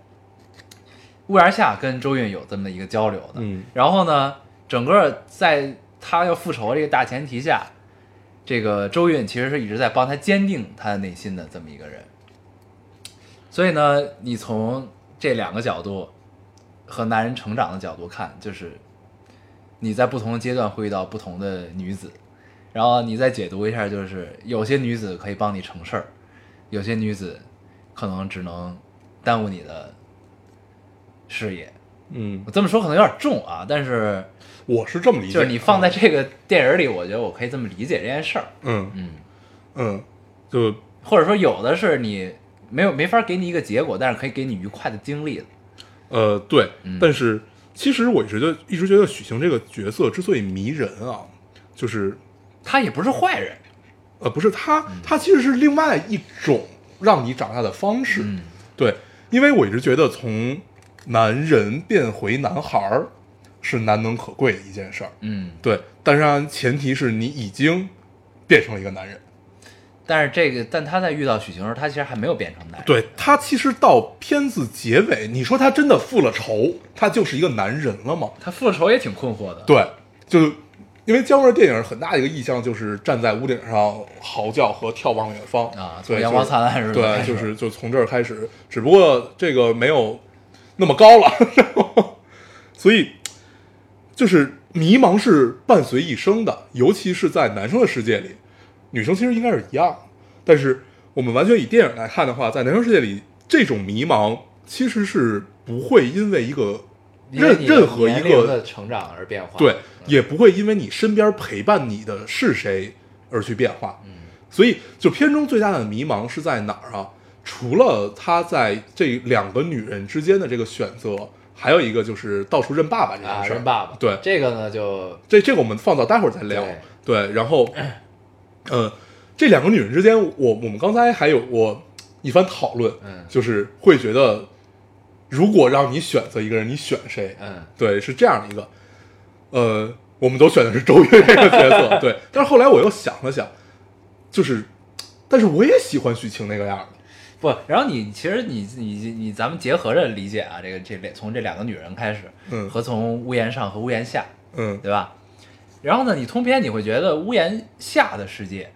B: 屋檐下跟周韵有这么一个交流的。
A: 嗯
B: 然后呢，整个在他要复仇这个大前提下，这个周韵其实是一直在帮他坚定他内心的这么一个人。所以呢，你从这两个角度和男人成长的角度看，就是你在不同的阶段会遇到不同的女子，然后你再解读一下，就是有些女子可以帮你成事儿，有些女子可能只能耽误你的事业。
A: 嗯，
B: 我这么说可能有点重啊，但是
A: 我是这么理解，
B: 就是你放在这个电影里，我觉得我可以这么理解这件事儿。
A: 嗯
B: 嗯，
A: 嗯，就
B: 或者说有的是你没有没法给你一个结果，但是可以给你愉快的经历的。
A: 呃，对
B: 嗯，
A: 但是其实我一直就一直觉得许晴这个角色之所以迷人啊，就是
B: 他也不是坏人，
A: 呃，不是她，
B: 嗯
A: 她其实是另外一种让你长大的方式。
B: 嗯
A: 对，因为我一直觉得从男人变回男孩儿是难能可贵的一件事儿。
B: 嗯。
A: 对，但是啊，前提是你已经变成了一个男人。
B: 但是这个，但他在遇到许晴的时候，他其实还没有变成男人。，
A: 对他其实到片子结尾，你说他真的复了仇，他就是一个男人了吗？
B: 他复仇也挺困惑的。，
A: 对，就因为姜文电影很大一个意象就是站在屋顶上嚎叫和眺望远方
B: 啊从
A: 对，
B: 阳光
A: 就是
B: 灿烂日子开
A: 对，
B: 始
A: 就是就从这儿开始，只不过这个没有那么高了， 然后所以就是迷茫是伴随一生的，尤其是在男生的世界里，女生其实应该是一样，但是我们完全以电影来看的话，在男生世界里，这种迷茫其实是不会因为一个任任何一个
B: 的成长而变化。
A: 对，也不会因为你身边陪伴你的是谁而去变化。嗯，所以就片中最大的迷茫是在哪儿啊？除了他在这两个女人之间的这个选择，还有一个就是到处认爸爸这件
B: 啊，
A: 事儿。
B: 认爸爸。
A: 对
B: 这个呢，就
A: 这这个我们放到待会儿再聊。对，然 后，呃，这两个女人之间，我我们刚才还有过一番讨论，
B: 嗯
A: 就是会觉得，如果让你选择一个人，你选 谁？
B: 嗯
A: 对，是这样一个，呃，我们都选的是周韵这个 角色，对。但是后来我又想了想，就是，但是我也喜欢许晴那个样的，
B: 不。然后你其实你你你你咱们结合着理解啊，这个这两从这两个女人开始，
A: 嗯
B: 和从屋檐上和屋檐下，
A: 嗯，
B: 对吧？然后呢，你通篇你会觉得屋檐下的世界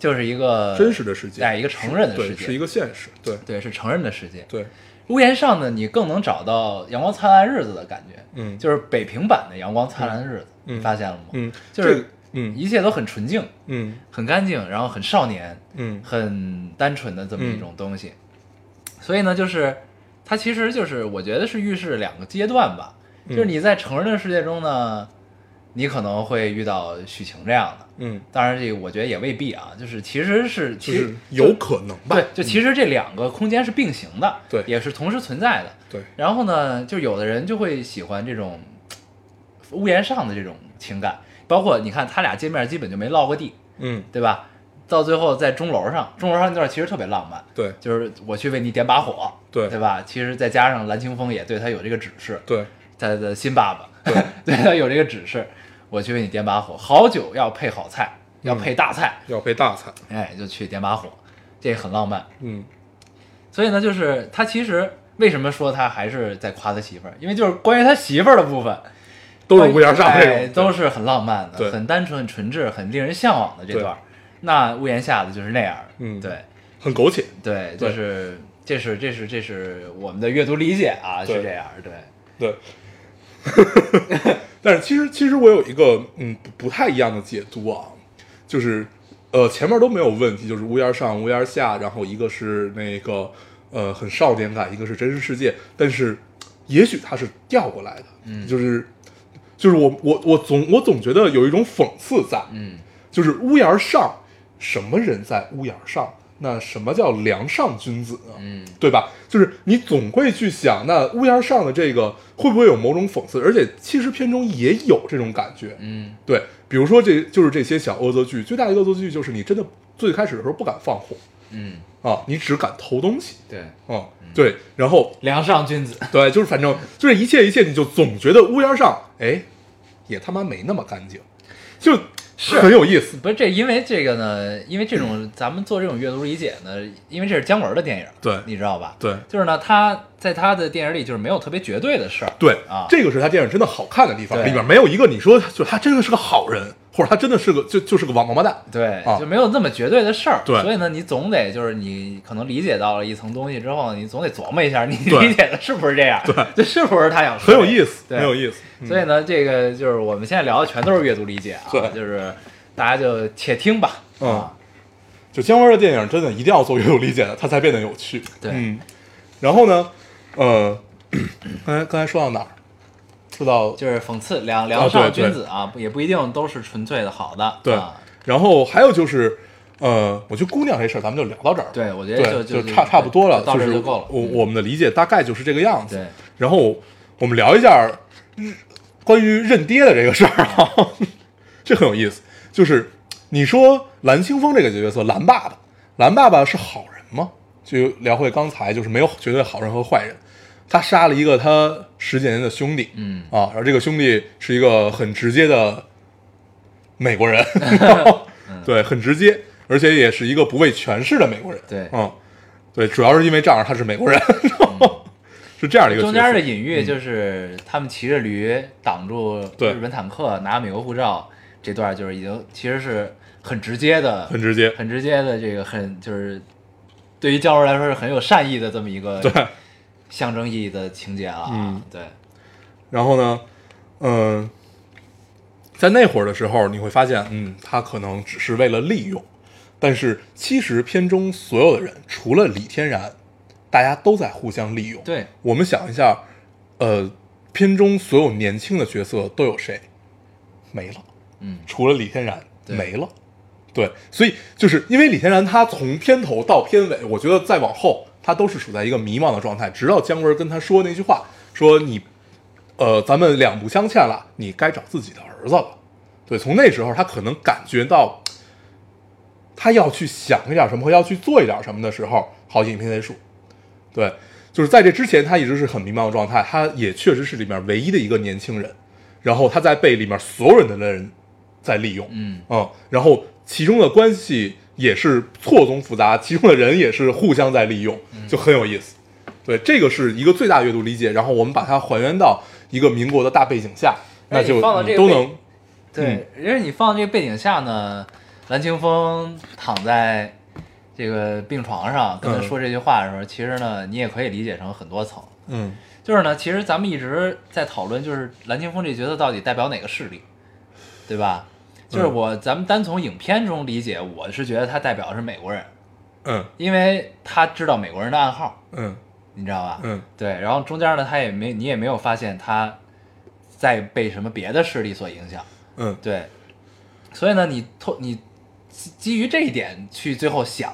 B: 就是一个
A: 真实的世界，
B: 哎，一个承认的世
A: 对，
B: 界，
A: 是一个现实，对
B: 对是承认的世界。
A: 对，
B: 屋檐上呢，你更能找到阳光灿烂日子的感觉，
A: 嗯
B: 就是北平版的阳光灿烂日子，
A: 嗯
B: 你发现了吗？
A: 嗯，
B: 就
A: 这个
B: 是
A: 嗯
B: 一切都很纯净、
A: 嗯
B: 很干净，然后很少年、
A: 嗯
B: 很单纯的这么一种东西。所以呢，就是它其实就是我觉得是预示两个阶段吧，
A: 嗯
B: 就是你在成人的世界中呢，你可能会遇到许晴这样的，
A: 嗯，
B: 当然这个我觉得也未必啊，就是其实是
A: 就
B: 其
A: 是
B: 实
A: 有可能吧，
B: 对，就其实这两个空间是并行的，
A: 对
B: 也是同时存在的。
A: 对，
B: 然后呢，就有的人就会喜欢这种呃嘖屋檐上的这种情感，包括你看他俩见面基本就没落过地，
A: 嗯
B: 对吧？到最后在钟楼上，钟楼上那段其实特别浪漫，
A: 对
B: 就是我去为你点把火，
A: 对
B: 对吧？其实再加上蓝清风也对他有这个指示，
A: 对
B: 他的新爸爸 对他有这个指示，我去为你点把火，好酒要配好菜，
A: 嗯
B: 要配大菜，
A: 要被大踩，
B: 哎，就去点把火，这很浪漫。
A: 嗯
B: 所以呢，就是他其实为什么说他还是在夸他媳妇儿，因为就是关于他媳妇儿的部分，
A: 都是屋檐上那种，
B: 哎都是很浪漫
A: 对
B: 的，很单纯、很纯质、很令人向往的这
A: 对
B: 段儿。那屋檐下的就是那样儿，
A: 嗯
B: 对
A: 很苟且。
B: 对，
A: 对
B: 就是这是这是这是我们的阅读理解啊，
A: 对
B: 是这样儿，对，
A: 对， 但是其实其实我有一个嗯不不太一样的解读啊，就是呃前面都没有问题，就是屋檐上屋檐下，然后一个是那个呃很少年感，一个是真实世界，但是也许它是调过来的，嗯，就是就是我我我总我总觉得有一种讽刺在，
B: 嗯
A: 就是屋檐上，什么人在屋檐上？那什么叫梁上君子呢？
B: 嗯，
A: 对吧？就是你总会去想，那屋檐上的这个会不会有某种讽刺？而且其实片中也有这种感觉。
B: 嗯
A: 对，比如说这就是这些小恶作剧，最大的恶作剧就是你真的最开始的时候不敢放火
B: 嗯，
A: 啊，你只敢偷东西
B: 对，
A: 啊，
B: 嗯
A: 对，然后
B: 梁上君子，
A: 对，就是反正就是一切一切，你就总觉得屋檐上，哎，也他妈没那么干净，就是很有意思。
B: 不是这，因为这个呢，因为这种咱们做这种阅读理解呢，因为这是姜文的电影，
A: 对
B: 你知道吧？
A: 对，
B: 就是呢，他在他的电影里就是没有特别绝对的事儿，
A: 对
B: 啊
A: 这个是他电影真的好看的地方，
B: 对
A: 里边没有一个你说就他真的是个好人，或者他真的是个就就是个王王八蛋。
B: 对
A: 啊，
B: 就没有那么哦绝对的事儿。
A: 对
B: 所以呢，你总得就是你可能理解到了一层东西之后，你总得琢磨一下，你
A: 对
B: 理解的是不是这样？对，这是不是他想说
A: 很
B: 的？
A: 有意思，
B: 对
A: 很有意思。
B: 所以呢，这个就是我们现在聊的全都是阅读理解啊，
A: 对
B: 就是大家就且听吧。
A: 嗯
B: 啊，
A: 就姜文的电影真的一定要做阅读理解的，它才变得有趣。
B: 对
A: 嗯。然后呢，呃，刚才刚才说到哪儿？说到
B: 就是讽刺两
A: 啊
B: 两
A: 对
B: 上
A: 对
B: 君子啊，不也不一定都是纯粹的好的。
A: 对
B: 啊，
A: 然后还有就是，呃，我觉得姑娘这事儿咱们就聊到这儿。
B: 对，我觉得
A: 对，
B: 就
A: 差差不多了，
B: 到这儿
A: 是
B: 就够了。
A: 我
B: 嗯
A: 我们的理解大概就是这个样子。
B: 对，
A: 然后我们聊一下日关于认爹的这个事儿啊， 这很有意思。就是你说蓝清风这个角色，蓝爸爸，蓝爸爸是好人吗？就聊回刚才，就是没有绝对好人和坏人。他杀了一个他十几年的兄弟，
B: 嗯
A: 啊，然后这个兄弟是一个很直接的 美国人，
B: 嗯
A: 对，很直接，而且也是一个不畏权势的美国人，
B: 对
A: 嗯，对，主要是因为仗着他是美国人， 然后是这样的一个
B: 中间
A: 角色嗯
B: 的隐喻就是他们骑着驴挡住
A: 对
B: 日本坦克，拿美国护照这段就是已经其实是很直接的、
A: 很直接，
B: 很直接的这个很就是对于教授来说是很有善意的这么一个
A: 对，
B: 象征意义的情节了啊。
A: 嗯
B: 对，
A: 然后呢，嗯、在那会儿的时候，你会发现，嗯，他可能只是为了利用，但是其实片中所有的人，除了李天然，大家都在互相利用。
B: 对，
A: 我们想一下，呃，片中所有年轻的角色都有谁？没了，
B: 嗯，
A: 除了李天然
B: 对
A: 没了。对，所以就是因为李天然他从片头到片尾，我觉得再往后他都是处在一个迷茫的状态，直到姜文跟他说那句话，说你，呃，咱们两不相欠了，你该找自己的儿子了。对，从那时候他可能感觉到，他要去想一点什么和要去做一点什么的时候，好影片结束。对，就是在这之前，他一直是很迷茫的状态，他也确实是里面唯一的一个年轻人，然后他在被里面所有人的人在利用，
B: 嗯
A: 嗯，然后其中的关系也是错综复杂，其中的人也是互相在利用，
B: 嗯
A: 就很有意思。对，这个是一个最大阅读理解，然后我们把它还原到一个民国的大背景下，那
B: 而且
A: 就
B: 你放到
A: 你
B: 这个
A: 都
B: 背
A: 能
B: 对，
A: 嗯
B: 因为你放这个背景下呢，蓝清风躺在这个病床上跟他
A: 嗯
B: 说这句话的时候，其实呢，你也可以理解成很多层。
A: 嗯
B: 就是呢，其实咱们一直在讨论，就是蓝清风这角色到底代表哪个势力，对吧？
A: 嗯
B: 就是我，咱们单从影片中理解，我是觉得他代表的是美国人，
A: 嗯
B: 因为他知道美国人的暗号，
A: 嗯
B: 你知道吧？
A: 嗯，
B: 对，然后中间呢，他也没你也没有发现他在被什么别的势力所影响，
A: 嗯
B: 对，所以呢，你透你基基于这一点去最后想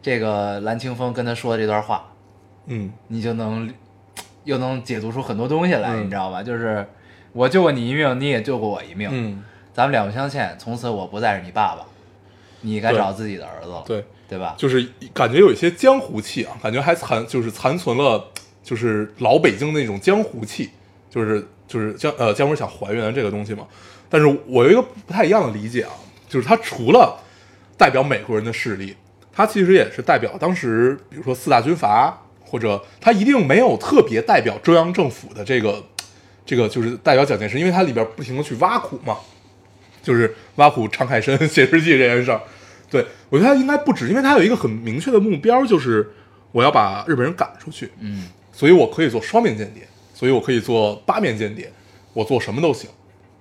B: 这个蓝清风跟他说的这段话，
A: 嗯
B: 你就能又能解读出很多东西来，
A: 嗯
B: 你知道吧？就是我救过你一命，你也救过我一命，
A: 嗯，
B: 咱们两不相欠，从此我不再是你爸爸，你该
A: 对
B: 找自己的儿子了，
A: 对。
B: 对吧？
A: 就是感觉有一些江湖气啊，感觉还残就是残存了，就是老北京那种江湖气，就是就是姜呃姜文想还原这个东西嘛。但是我有一个不太一样的理解啊，就是他除了代表美国人的势力，他其实也是代表当时比如说四大军阀，或者他一定没有特别代表中央政府的这个这个就是代表蒋介石，因为它里边不停的去挖苦嘛，就是挖苦常凯申写日记这件事儿。对我觉得他应该不止，因为他有一个很明确的目标，就是我要把日本人赶出去。
B: 嗯，
A: 所以我可以做双面间谍，所以我可以做八面间谍，我做什么都行。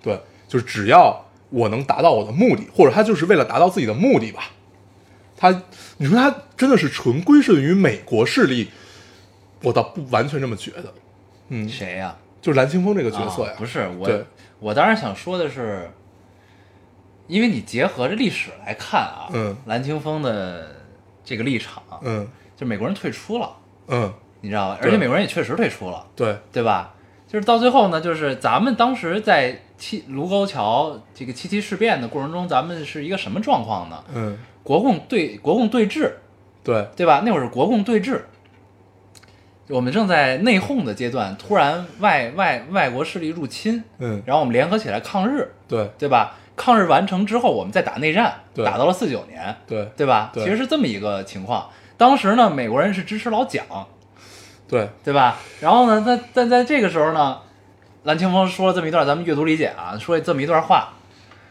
A: 对，就是只要我能达到我的目的，或者他就是为了达到自己的目的吧。他，你说他真的是纯归顺于美国势力，我倒不完全这么觉得。嗯，
B: 谁呀、
A: 就是蓝清风这个角色呀，
B: 啊不是
A: 对
B: 我，我当然想说的是，因为你结合着历史来看啊，
A: 嗯
B: 蓝清风的这个立场，
A: 嗯
B: 就美国人退出了，
A: 嗯，
B: 你知道吧？
A: 对
B: 而且美国人也确实退出了，
A: 对，
B: 对吧？就是到最后呢，就是咱们当时在七卢沟桥这个七七事变的过程中，咱们是一个什么状况呢？
A: 嗯
B: 国共对国共对峙，
A: 对，
B: 对吧？那会儿是国共对峙，我们正在内讧的阶段，突然外外外国势力入侵，
A: 嗯
B: 然后我们联合起来抗日，
A: 对
B: 对吧？抗日完成之后，我们再打内战，
A: 对
B: 打到了四九年，
A: 对
B: 对吧？
A: 对
B: 其实是这么一个情况。当时呢，美国人是支持老蒋，
A: 对，
B: 对吧？然后呢，在但在这个时候呢，蓝清风说了这么一段，咱们阅读理解啊，说了这么一段话。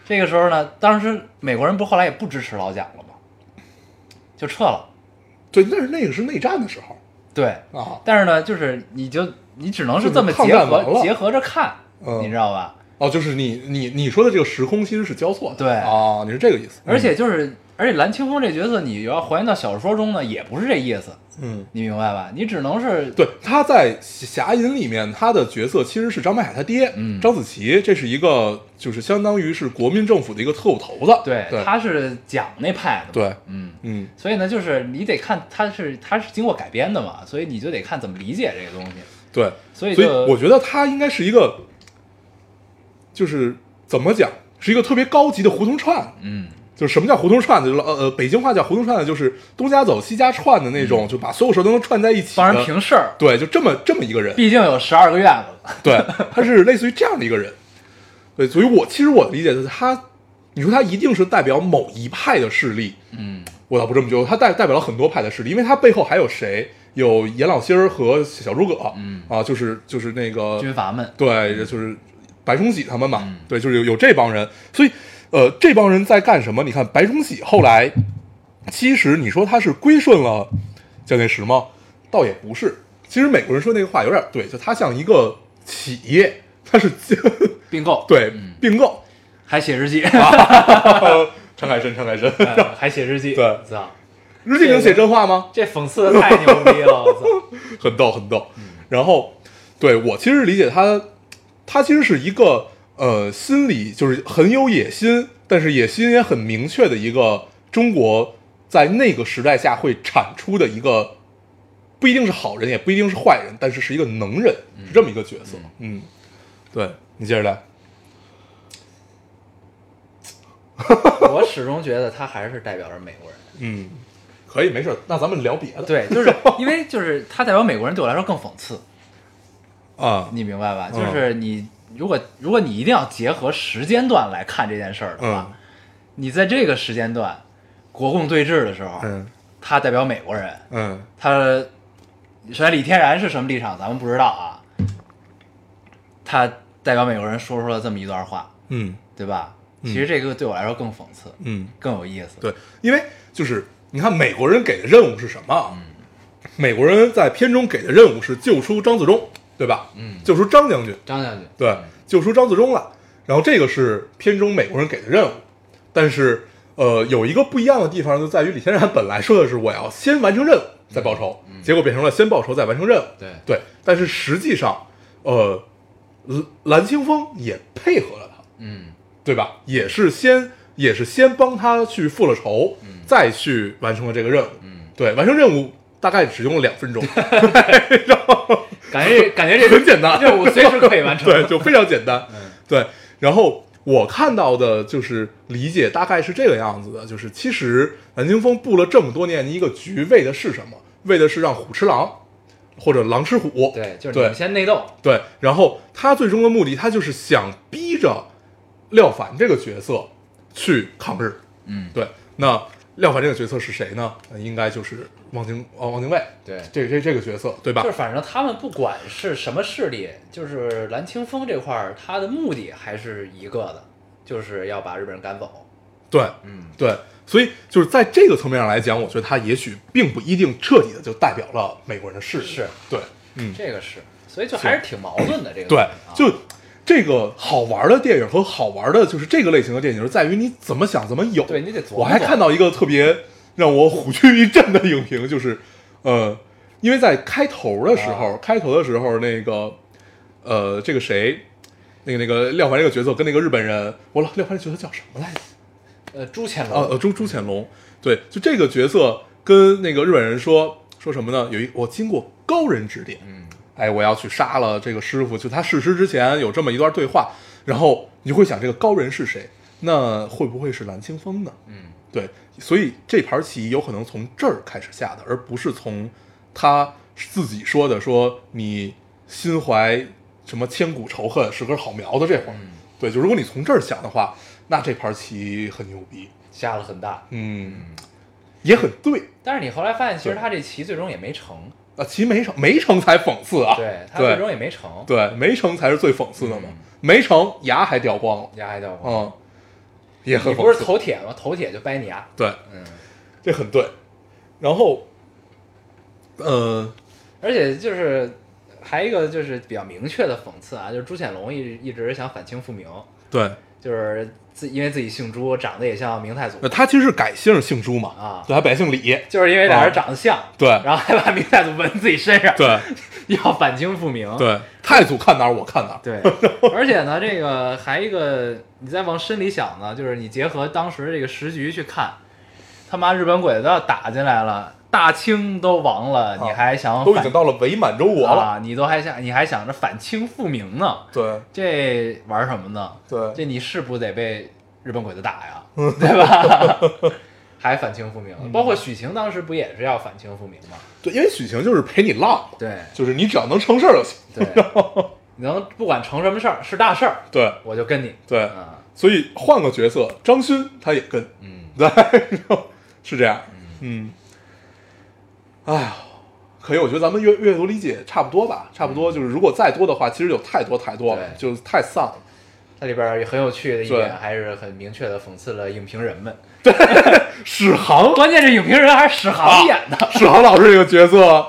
B: 这个时候呢，当时美国人不后来也不支持老蒋了吗？就撤了。
A: 对，那是那个是内战的时候
B: 对，
A: 啊，
B: 但是呢，就是你就你只能是这么
A: 就是
B: 结
A: 抗战完
B: 合
A: 了
B: 结合着看，
A: 嗯
B: 你知道吧？
A: 哦，就是你你你说的这个时空其实是交错的，
B: 对
A: 啊，你是这个意思，
B: 而且就是，而且蓝清风这角色，你要还原到小说中呢，也不是这意思，
A: 嗯，
B: 你明白吧？你只能是
A: 对，他在《侠隐》里面，他的角色其实是张北海他爹，
B: 嗯
A: 张子琪，这是一个就是相当于是国民政府的一个特务头子，
B: 对
A: 对，
B: 他是讲那派的，，
A: 对，
B: 嗯，
A: 嗯，
B: 所以呢，就是你得看他是他是经过改编的嘛，所以你就得看怎么理解这个东西。
A: 对，
B: 所以
A: 所以
B: 就
A: 我觉得他应该是一个，就是怎么讲，是一个特别高级的胡同串，
B: 嗯，
A: 就是什么叫胡同串呢？就是呃呃，北京话叫胡同串呢，就是东家走西家串的那种，就把所有事儿都能串在一起
B: 嗯
A: 的。
B: 帮人平事儿，
A: 对，就这么这么一 个人，
B: 毕竟有十二个院子，
A: 对，他是类似于这样的一个人。对，所以我其实我理解的是他，你说他一定是代表某一派的势力，
B: 嗯，
A: 我倒不这么觉得，他代代表了很多派的势力，因为他背后还有谁？有阎老心儿和小诸葛，
B: 嗯
A: 啊，就是就是那个
B: 军阀们，
A: 对，就是白崇禧他们嘛，对，就是有有这帮人，所以呃，这帮人在干什么？你看白崇禧后来，其实你说他是归顺了蒋介石吗？倒也不是。其实美国人说那个话有点对，就他像一个企业，他是
B: 并购，，
A: 对啊并购，
B: 还写日记，
A: 陈凯申，陈凯申，
B: 哎还写日记，
A: 对
B: 我操，
A: 日记能写真话吗？
B: 这讽刺的太牛逼了，我 操，
A: 很逗，很逗。然后，对我其实理解他，他其实是一个呃，心里就是很有野心，但是野心也很明确的一个中国在那个时代下会产出的一个，不一定是好人，也不一定是坏人，但是是一个能人，是这么一个角色。嗯，对你接着来。
B: 我始终觉得他还是代表着美国人。呃
A: 嗯，可以，没事。那咱们聊别的。
B: 对，就是因为就是他代表美国人对我来说更讽刺，
A: 啊，
B: 你明白吧？
A: 嗯
B: 就是你如果如果你一定要结合时间段来看这件事儿的话，
A: 嗯
B: 你在这个时间段国共对峙的时候，
A: 嗯
B: 他代表美国人，
A: 嗯
B: 他首先李天然是什么立场咱们不知道啊，他代表美国人说出了这么一段话，
A: 嗯
B: 对吧？其实这个对我来说更讽刺，
A: 嗯，
B: 更有意思。
A: 对，因为就是你看美国人给的任务是什么啊？美国人在片中给的任务是救出张自忠，对吧？嗯，救出张将军，
B: 张将军，
A: 对，救出张自忠了。然后这个是片中美国人给的任务，但是呃，有一个不一样的地方就在于李天然本来说的是我要先完成任务再报仇，结果变成了先报仇再完成任务。
B: 对
A: 对，但是实际上，呃，蓝蓝清风也配合了他，
B: 嗯，
A: 对吧？也是先也是先帮他去复了仇，再去完成了这个任务。嗯，对，完成任务大概只用了两 分钟，
B: 感觉感觉这
A: 很简单嗯
B: 任务随时可以 完成。
A: 对，就非常简单。对，然后我看到的就是理解大概是这个样子的，就是其实蓝清风布了这么多年的一个局，为的是什么？为的是让虎吃狼，或者狼吃虎。
B: 对，就是你
A: 对
B: 们先内斗，
A: 对，然后他最终的目的，他就是想逼着廖凡这个角色去抗日。
B: 嗯，
A: 对，那廖凡这个角色是谁呢？那应该就是汪精哦，汪精卫，
C: 对
A: 这这这个角色对吧？
B: 就是反正他们不管是什么势力，就是蓝清风这块儿，他的目的还是一个的，就是要把日本人赶走。
A: 对，
C: 嗯，
A: 对，所以就是在这个层面上来讲，我觉得他也许并不一定彻底的就代表了美国人的势力。
B: 是，
A: 对，嗯，
B: 这个是，所以就还是挺矛盾的。这个
A: 对
B: 东西啊，
A: 就这个好玩的电影和好玩的，就是这个类型的电影，就是在于你怎么想怎么有。
B: 对你得琢磨
A: 我还看到一个特别让我虎躯一震的影评，就是，呃，因为在开头的时
B: 啊
A: 候，开头的时候那个，呃，这个谁，那个那个廖凡这个角色跟那个日本人，我老廖凡这角色叫什么来着？
B: 呃，朱乾
A: 啊，呃，
B: 隆
A: 朱朱潜龙，对，就这个角色跟那个日本人说说什么呢？有一我经过高人指点，嗯，哎，我要去杀了这个师傅。就他弑师之前有这么一段对话，然后你就会想这个高人是谁？那会不会是蓝清风呢？
C: 嗯，
A: 对，所以这盘棋有可能从这儿开始下的，而不是从他自己说的说你心怀什么千古仇恨是根好苗子这会儿。对，就如果你从这儿想的话，那这盘棋很牛逼。
B: 下了很大，
A: 嗯，也很对
B: 但是你后来发现，其实
A: 对
B: 他这棋最终也没成，
A: 啊。其实没成，没成才讽刺啊。
B: 对他嗯最终
A: 对
B: 也没成，
A: 对，没成才是最讽刺的嘛。没成，牙还掉光了，
B: 牙还掉光。
A: 嗯，也很
B: 你
A: 讽刺。
B: 不是头铁吗？头铁就掰你啊牙。
A: 对，嗯，这很对。然后，呃，
B: 而且就是还一个就是比较明确的讽刺啊，就是朱潜龙一一直想反清复明，
A: 对，
B: 就是自因为自己姓朱，长得也像明太祖
A: 那，他其实是改姓姓朱嘛，
B: 啊
A: 对，他本来姓李，
B: 就是因为俩人长得像，
A: 对
B: 然后还把明太祖纹自己身上，
A: 啊对，
B: 要反清复明，
A: 对，太祖看哪儿我看哪儿，
B: 对，而且呢，这个还一个，你再往深里想呢，就是你结合当时这个时局去看，他妈日本鬼子都要打进来了，大清都亡了，你还想
A: 都已
B: 反
A: 经到了伪满洲国了，
B: 啊，你都还想你还想着反清复明呢，
A: 对
B: 这玩什么呢？
A: 对
B: 这你是不得被日本鬼子打 呀，对吧？ 还反清复明，包括许晴当时不也是要反清复明吗？
A: 对，因为许晴就是陪你浪嘛，
B: 对
A: 就是你只要能成事儿就行，
B: 对，你能不管成什么事儿是大事儿，
A: 对
B: 我就跟你。
A: 对，
B: 嗯，
A: 所以换个角色，张勋他也跟， 嗯，对，是这样，嗯，哎呀，可以，我觉得咱们阅阅读理解差不多吧，差不多就是如果再多的话，其实有太多太多了，
B: 嗯对
A: 就是太丧了。
B: 它里边儿也很有趣的一
A: 对
B: 点，还是很明确的讽刺了影评人们。
A: 史航，
B: 关键是影评人还是史航演的，
A: 史航老师这个角色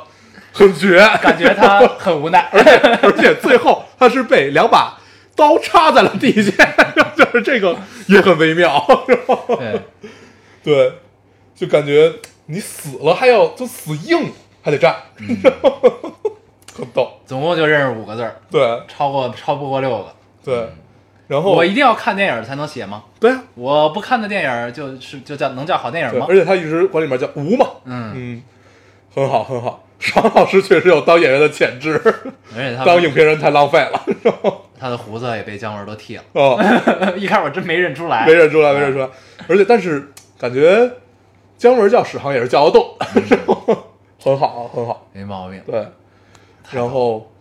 A: 很绝，
B: 啊感觉他很无奈。
A: 而且而且最后他是被两把刀插在了地下， 就是这个也很微妙，是吧
B: 对，
A: 对，就感觉你死了还要就死硬还得站， 很逗。
B: 总共就认识五个字儿，
A: 对
B: 超过超不过六个。
A: 对，然后
B: 我一定要看电影才能写吗？
A: 对啊，
B: 我不看的电影就是就叫能叫好电影
A: 对
B: 吗
A: 而？且他一直管里面叫吴嘛，
B: 嗯，
A: 嗯，很好很好。爽老师确实有当演员的潜质，
B: 而且 他
A: 当影评人太浪费 了。
B: 他的胡子也被姜文都剃了，
A: 哦，
B: 一开始我真没认出来
A: 没。认出来，没认出来。而且但是感觉姜文叫史航也是叫得 动，很好很好。
C: 没毛病。
A: 对，然后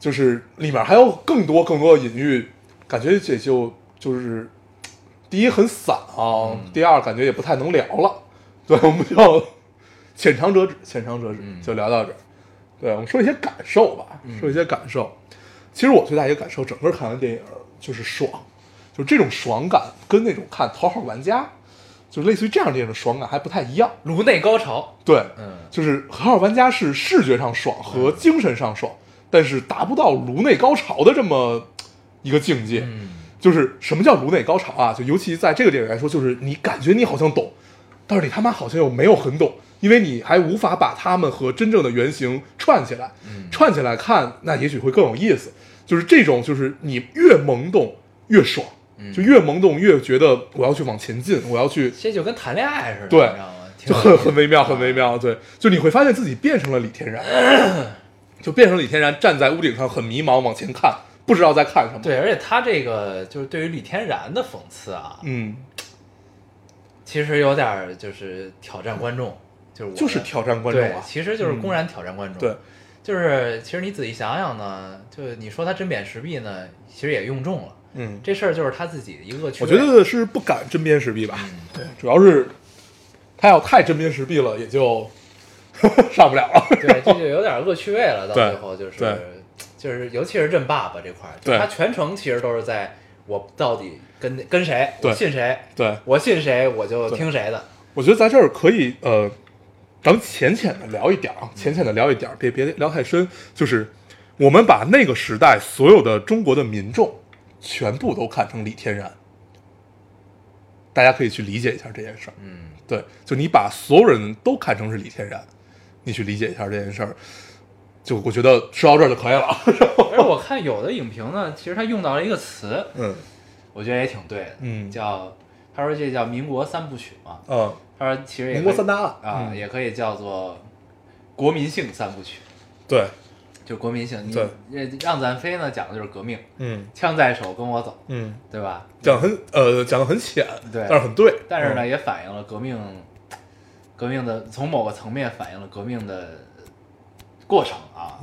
A: 就是里面还有更多更多的隐喻，感觉也就就是第一很散啊，第二感觉也不太能聊了。对，我们就浅尝辄止，浅尝辄止，就聊到这儿。对，我们说一些感受吧，说一些感受。其实我最大一个感受，整个看完电影就是爽，就这种爽感跟那种看《头号玩家》，就类似于这样电影的爽感还不太一样。
B: 颅内高潮，
A: 对，
B: 嗯，
A: 就是《头号玩家》是视觉上爽和精神上爽，但是达不到颅内高潮的这么一个境界。就是什么叫颅内高潮啊？就尤其在这个电影来说，就是你感觉你好像懂，但是你他妈好像又没有很懂，因为你还无法把他们和真正的原型串起来。串起来看，那也许会更有意思。就是这种，就是你越懵懂越爽，就越懵懂越觉得我要去往前进，我要去
B: 这就跟谈恋爱似的，
A: 对
B: 你知道吗？挺
A: 就
B: 有
A: 很
B: 意思
A: 很微妙，很微妙。对，就你会发现自己变成了李天然， 就变成李天然站在屋顶上，很迷茫，往前看，不知道在看什么。，
B: 对，而且他这个就是对于李天然的讽刺啊，
A: 嗯，
B: 其实有点儿就是挑战观众，就是我
A: 就是
B: 的
A: 挑战观众
B: 对
A: 啊。嗯
B: 其实就是公然挑战观众。
A: 对，
B: 就是其实你仔细想想呢，就是你说他针砭时弊呢，其实也用中了。
A: 嗯，
B: 这事儿就是他自己的一个恶趣
A: 我
B: 味。嗯
A: 觉得是不敢针砭时弊吧。对，主要是他要太针砭时弊了，也就 上不了了。
B: 对，这就有点恶趣味了。到
A: 对
B: 最后就是
A: 对
B: 就是，尤其是认爸爸这块儿，就
A: 对
B: 他全程其实都是在我到底跟跟谁，
A: 对
B: 我信谁，
A: 对，
B: 我信谁我就
A: 对
B: 听谁的。
A: 我觉得在这儿可以呃，咱们浅浅的聊一点儿啊，浅浅的聊一点儿，别别聊太深。就是我们把那个时代所有的中国的民众全部都看成李天然，大家可以去理解一下这件事儿。
B: 嗯，
A: 对，就你把所有人都看成是李天然，你去理解一下这件事儿。就我觉得说到这儿就可以了。
B: 而我看有的影评呢，其实他用到了一个词，
A: 嗯
B: 我觉得也挺对的，
A: 嗯
B: 叫他说这叫民国三部曲嘛，
A: 嗯，
B: 他说其实也可以
A: 民国三大了
B: 啊，
A: 嗯
B: 也可以叫做国民性三部曲，
A: 对，
B: 就国民性，你
A: 对
B: 呃让咱飞呢讲的就是革命，
A: 嗯
B: 枪在手跟我走，
A: 嗯，
B: 对吧？
A: 讲得很呃讲的很浅，
B: 对
A: 但是很对。
B: 但是呢，
A: 嗯，
B: 也反映了革命，革命的从某个层面反映了革命的过程啊，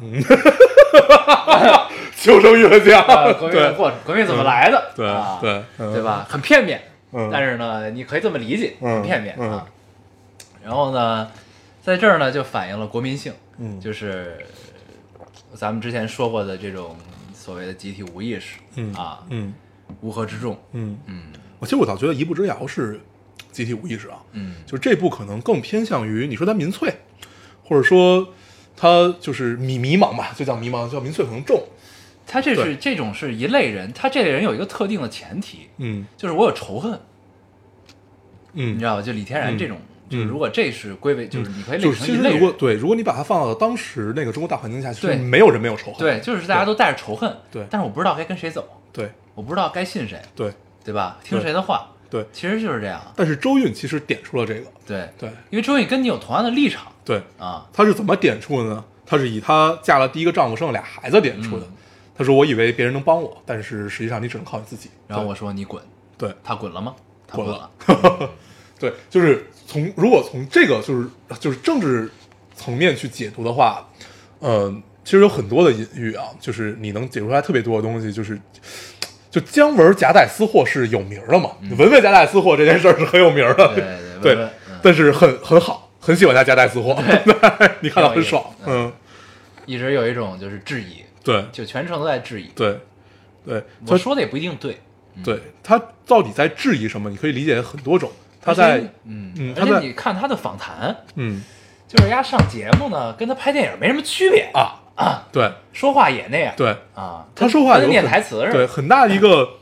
A: 求生欲很强
B: 啊，革命的
A: 对
B: 过程，革命怎么来的，
A: 对
B: 啊，
A: 对嗯
B: 对吧？很片面，
A: 嗯
B: 但是呢，你可以这么理解，
A: 嗯
B: 很片面
A: 嗯
B: 啊。然后呢，在这儿呢就反映了国民性，
A: 嗯
B: 就是呃咱们之前说过的这种所谓的集体无意识，
A: 嗯
B: 啊，
A: 嗯
B: 乌合之众，
A: 嗯，
B: 嗯
A: 我其实我倒觉得《一步之遥》是集体无意识啊，
B: 嗯，
A: 就是这部可能更偏向于你说它民粹，或者说它就是迷迷茫吧，就叫迷茫，叫民粹可能重，
B: 他这
A: 对
B: 是这种是一类人，他这类人有一个特定的前提，
A: 嗯
B: 就是我有仇恨，你
A: 嗯
B: 知，道吧？就李天然这种，就是如果这是归为，就是你可以类
A: 就
B: 比
A: 是
B: 成
A: 其
B: 一
A: 实
B: 类
A: 如果
B: 人，
A: 对，如果你把它放到当时那个中国大环境下，其实
B: 对
A: 没有人没有仇恨，
B: 对，就是大家都带着仇恨，
A: 对
B: 但是我不知道该跟谁走，
A: 对
B: 我不知道该信谁，
A: 对
B: 对吧？听
A: 对
B: 谁的话，
A: 对。
B: 其实就是这样，
A: 但是周韵其实点出了这个，
B: 对，
A: 对
B: 因为周韵跟你有同样的立场
A: 对，
B: 啊，
A: 他是怎么点出的呢？他是以她嫁了第一个丈夫生了俩孩子点
B: 嗯
A: 出的。他说：“我以为别人能帮我，但是实际上你只能靠你自己。”
B: 然后我说你滚，
A: 对
B: 他滚了吗？他
A: 滚
B: 了，
A: 对，就是从如果从这个就是就是政治层面去解读的话，呃，其实有很多的隐喻啊，就是你能解读出来特别多的东西，就是就姜文夹带私货是有名儿的嘛，文文夹带私货这件事儿是很有名儿的，
B: 嗯对对
A: 对
B: 文文嗯
A: 但是很很好，很喜欢他夹带私货，对 你看到很爽，
B: 挺
A: 嗯，
B: 一直有一种就是质疑，
A: 对
B: 就全程都在质疑，
A: 对对，
B: 我嗯
A: 他
B: 说的也不一定对，
A: 对他到底在质疑什么？你可以理解很多种，他
B: 而且
A: 在
B: 你嗯
A: 嗯
B: 而
A: 他
B: 且
A: 在
B: 你看他的访谈，
A: 嗯
B: 就是人家上节目呢，跟他拍电影没什么区别，
A: 啊对
B: 说话也那样，
A: 对。
B: 啊，
A: 他说话
B: 跟
A: 有
B: 跟念
A: 很
B: 台词似
A: 对，
B: 的，
A: 很大的一个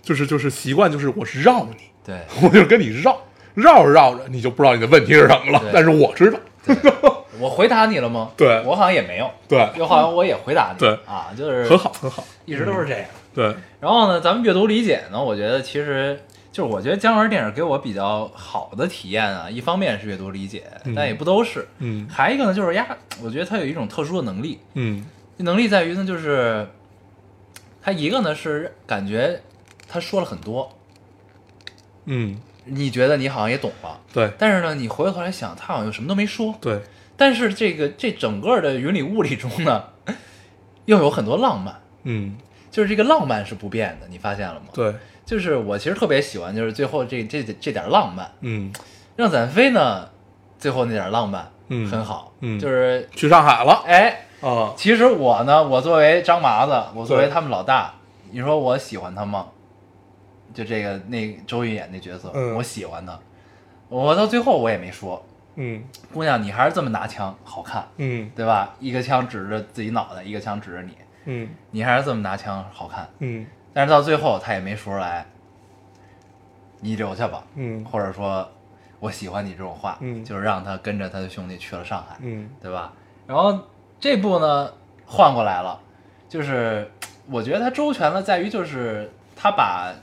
A: 就是就是习惯，就是我是绕你，
B: 对
A: 我就跟你绕绕着绕着，你就不知道你的问题是什么了
B: 对，
A: 但是我知道，
B: 我回答你了吗？
A: 对
B: 我好像也没有，
A: 对，
B: 又好像我也回答你，
A: 对
B: 啊，就是
A: 很好，很好，
B: 一直都是这样。
A: 对，
B: 然后呢，咱们阅读理解呢，我觉得其实就是我觉得姜文电影给我比较好的体验啊，一方面是阅读理解，但也不都是。
A: 嗯
B: 还一个呢，就是呀，我觉得他有一种特殊的能力，
A: 嗯
B: 这能力在于呢，就是他一个呢是感觉他说了很多，
A: 嗯，
B: 你觉得你好像也懂了，
A: 对
B: 但是呢，你回过头来想，他好像又什么都没说。
A: 对
B: 但是这个这整个的云里雾里中呢，又有很多浪漫，
A: 嗯
B: 就是这个浪漫是不变的，你发现了吗？
A: 对
B: 就是我其实特别喜欢，就是最后这这这点浪漫，
A: 嗯，
B: 让展飞呢，最后那点浪漫，
A: 嗯
B: 很好，
A: 嗯
B: 就是
A: 去上海了
B: 哎，
A: 啊，
B: 其实我呢，我作为张麻子，我作为
A: 对
B: 他们老大，你说我喜欢他吗？就这个那周韵演那角色，
A: 嗯
B: 我喜欢他，我到最后我也没说，
A: 嗯
B: 姑娘你还是这么拿枪，好看，
A: 嗯
B: 对吧？一个枪指着自己脑袋，一个枪指着你，
A: 嗯
B: 你还是这么拿枪，好看。
A: 嗯
B: 但是到最后他也没说出来，你留下吧，
A: 嗯
B: 或者说我喜欢你这种话，
A: 嗯
B: 就是让他跟着他的兄弟去了上海，
A: 嗯
B: 对吧？然后这部呢换过来了，就是我觉得他周全了，在于就是他把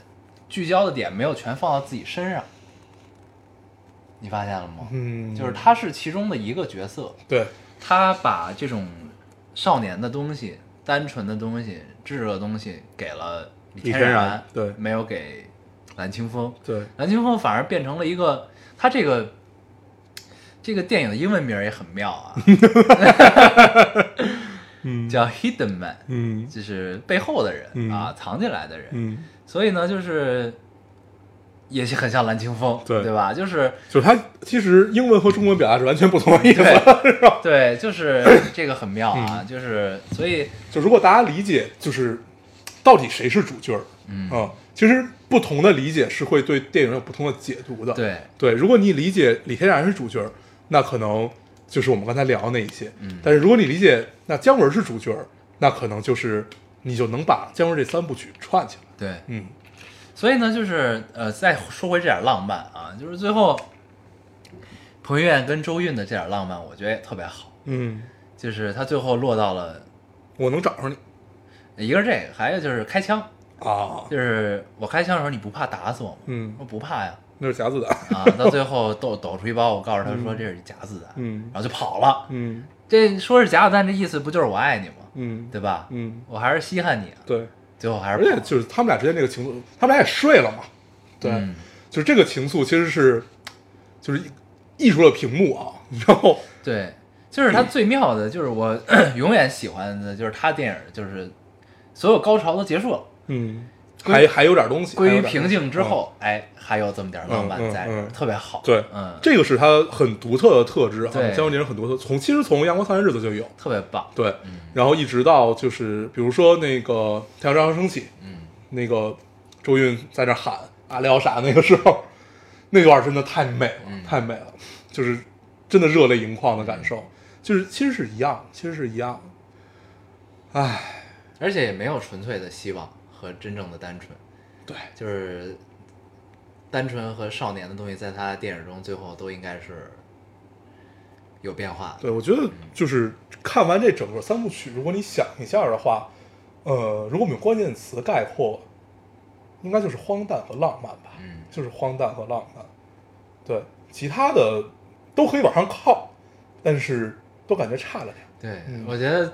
B: 聚焦的点没有全放到自己身上，你发现了吗？
A: 嗯，
B: 就是他是其中的一个角色，
A: 对
B: 他把这种少年的东西、单纯的东西、炙热的东西给了李
A: 李
B: 天
A: 天然对
B: 没有给蓝清风。
A: 对
B: 蓝清风反而变成了一个，他这个这个电影的英文名儿也很妙啊，
A: 嗯
B: 叫 Hidden Man，
A: 嗯
B: 就是背后的人、
A: 嗯
B: 啊，藏起来的人。
A: 嗯
B: 所以呢，就是也是很像蓝青风，
A: 对
B: 对吧？就是
A: 就是它其实英文和中文表达是完全不同的意思。
B: 对，就是这个很妙
A: 嗯
B: 啊，就是所以
A: 就如果大家理解就是到底谁是主角儿，嗯、其实不同的理解是会对电影有不同的解读的。
B: 对
A: 对，如果你理解李天然是主角儿，那可能就是我们刚才聊的那一些。嗯，但是如果你理解那姜文是主角儿，那可能就是你就能把姜文这三部曲串起来。
B: 对，
A: 嗯，
B: 所以呢，就是呃，再说回这点浪漫啊，就是最后彭于晏跟周韵的这点浪漫，我觉得也特别好，
A: 嗯，
B: 就是他最后落到了
A: 我能找着你
B: 一个是这个，还有就是开枪，
A: 啊，
B: 就是我开枪的时候你不怕打死我吗？
A: 嗯
B: 我说不怕呀，
A: 那是假子弹，
B: 啊，到最后抖抖出一包，我告诉他说这是假子弹，
A: 嗯
B: 然后就跑了。
A: 嗯
B: 这说是假子弹，这意思不就是我爱你吗？
A: 嗯，
B: 对吧？
A: 嗯，
B: 我还是稀罕你啊，
A: 对，
B: 最后还
A: 而
B: 是跑
A: 且
B: 了。
A: 就是他们俩之间这个情愫，他们俩也睡了嘛，对，
B: 嗯
A: 就是这个情愫其实是就是溢出了屏幕啊，然后
B: 对，就是他最妙的，就是我 永远喜欢的，就是他电影，就是所有高潮都结束了，
A: 嗯，
B: 归
A: 还还有点东西，
B: 归
A: 还有
B: 于
A: 点
B: 平
A: 东西
B: 静之，后，哎，还有这么点浪漫在这
A: 嗯
B: 儿，
A: 嗯嗯
B: 特别好。
A: 对
B: 嗯，
A: 这个是他很独特的特质啊，
B: 对
A: 姜文这人很独特，从其实从《阳光灿烂日子》就有，
B: 特别棒。
A: 对，然后一直到就是比如说那个《太阳照常升起》，嗯，那个周韵在那喊阿廖啥那个时候，那段真的太美了，
B: 嗯
A: 太美了，就是真的热泪盈眶的感受，就是其实是一样，其实是一样的，唉，
B: 而且也没有纯粹的希望和真正的单纯，
A: 对，
B: 就是单纯和少年的东西，在他电影中最后都应该是有变化的。
A: 对，我觉得就是看完这整个三部曲，如果你想一下的话，呃，如果我们用关键词概括，应该就是荒诞和浪漫吧，
B: 嗯
A: 就是荒诞和浪漫。对，其他的都可以往上靠，但是都感觉差了点。
B: 对，
A: 嗯
B: 我觉得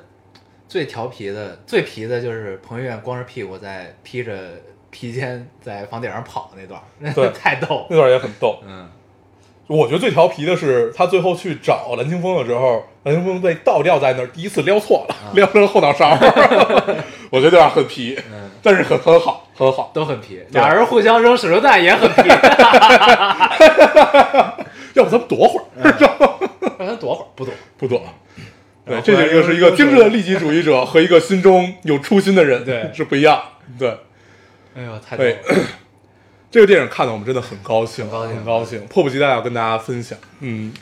B: 最调皮的、最皮的就是彭于晏光着屁股在披着披肩在房顶上跑那段儿，
A: 对
B: 太逗了。
A: 那段也很逗。
B: 嗯，
A: 我觉得最调皮的是他最后去找蓝清风的时候，蓝清风被倒吊在那儿，第一次撩错了，撩成后脑勺。 我觉得这样很皮，
B: 嗯
A: 但是很很好，很好。
B: 都很皮，俩人互相扔手榴弹也很 皮，
A: 要不咱们躲会儿？
B: 让他躲会儿，不躲。
A: 不懂。对，
B: 然后
A: 这
B: 后来
A: 就是一个是一个
B: 又
A: 精致的利己主义者和一个心中有初心的人，
B: 对
A: 是不一样。对，
B: 哎呦，太逗
A: 对
B: 了！
A: 这个电影看的我们真的很高兴，很
B: 高兴
A: 高兴，迫不及待要跟大家分享。嗯，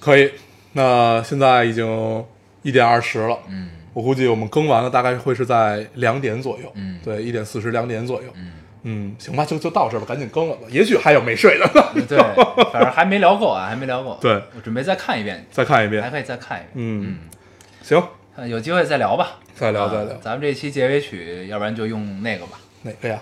A: 可以。那现在已经一点二十了，嗯，我估计我们更完了大概会是在两点左右，嗯，对，一点四十两点左右，嗯行吧，就就到这儿吧，赶紧更了吧，也许还有没睡的呢，
B: 嗯对，反正还没聊够啊，还没聊够。
A: 对，
B: 我准备再看一遍，
A: 再看一
B: 还
A: 遍，
B: 可以再看一遍。
A: 嗯，行，
B: 呃有机会再聊吧，
A: 再聊
B: 啊
A: 再聊，
B: 咱们这期结尾曲，要不然就用那个吧，
A: 哪个呀？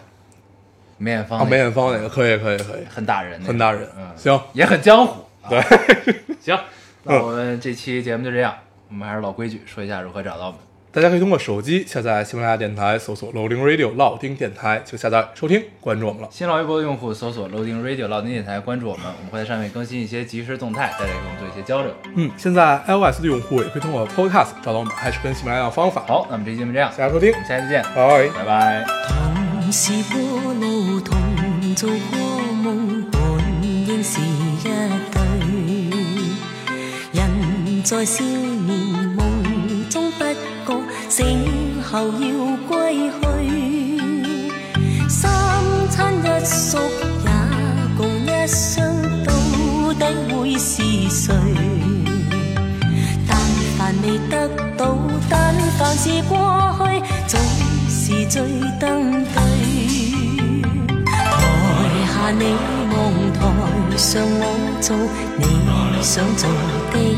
B: 梅艳芳
A: 啊，
B: 那个，
A: 梅艳芳哪个？可以可以可以，
B: 很大人那个，
A: 很大人，
B: 嗯，啊
A: 行。
B: 也很江湖。
A: 对，
B: 行，那我们这期节目就这样，我们还是老规矩，说一下如何找到我们。
A: 大家可以通过手机下载喜马拉雅电台，搜索 Loading Radio 老丁电台，就下载收听，关注我们了。
B: 新浪微博的用户搜索 Loading Radio 老丁电台，关注我们，我们会在上面更新一些即时动态，大家跟我们做一些交流。
A: 嗯，现在 iOS 的用户也可以通过 Podcast 找到我们，还是跟喜马拉雅的方法。，
B: 好，那么这期节目这样，
A: 大家收听
B: 我，们下期见，
A: 拜。
B: 拜拜。
D: 同是孤老，同做過夢，本應是一對。人在少年夢中不覺，醒後要歸去。三餐一宿也共一雙，到底會是誰？但凡未得到，但凡是過去，總是最登對。台下你望台上我做你想做的你，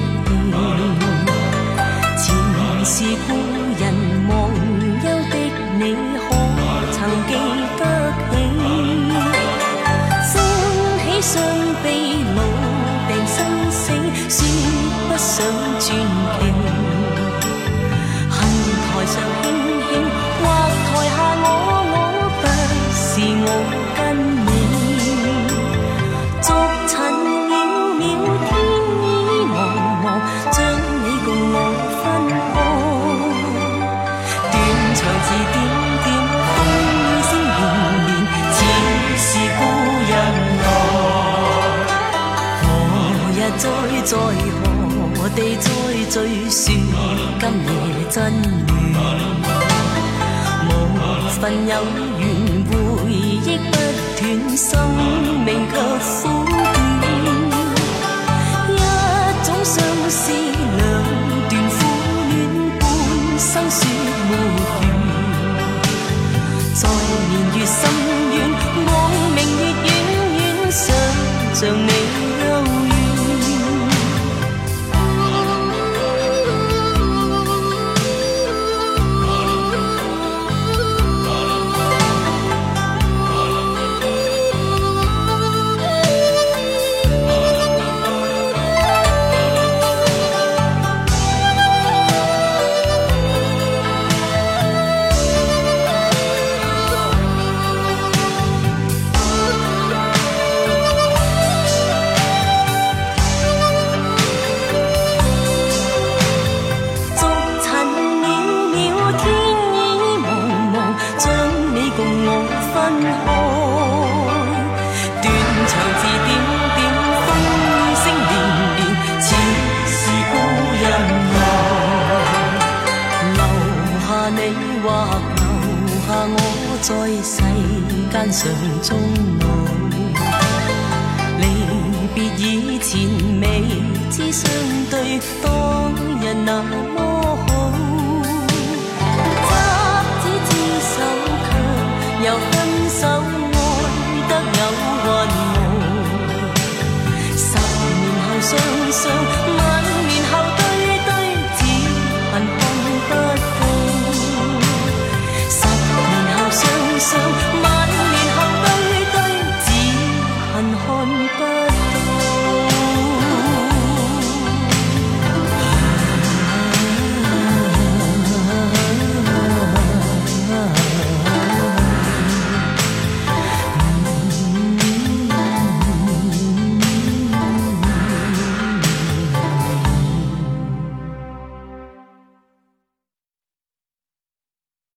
D: 前是故人忘憂的你，可曾記得起？生喜相悲，老病生死，说不上传奇。恨台上卿卿，或台下我我，不是我跟你。逐塵渺渺，天意茫茫，將你共我分開。斷腸字點點，在何地再追寻？今夜真缘，無份有緣，回憶不斷，生命卻苦短。一種相思，兩段苦戀，半生雪沒完。再眠越深遠，望明月遠遠，想像你幽怨。逐塵渺渺，天已茫茫，將你共我分開。斷腸字點點，風聲連連，似是故人來。留下你或留下我，在世間上終老。離別以前未知相對，當日那麼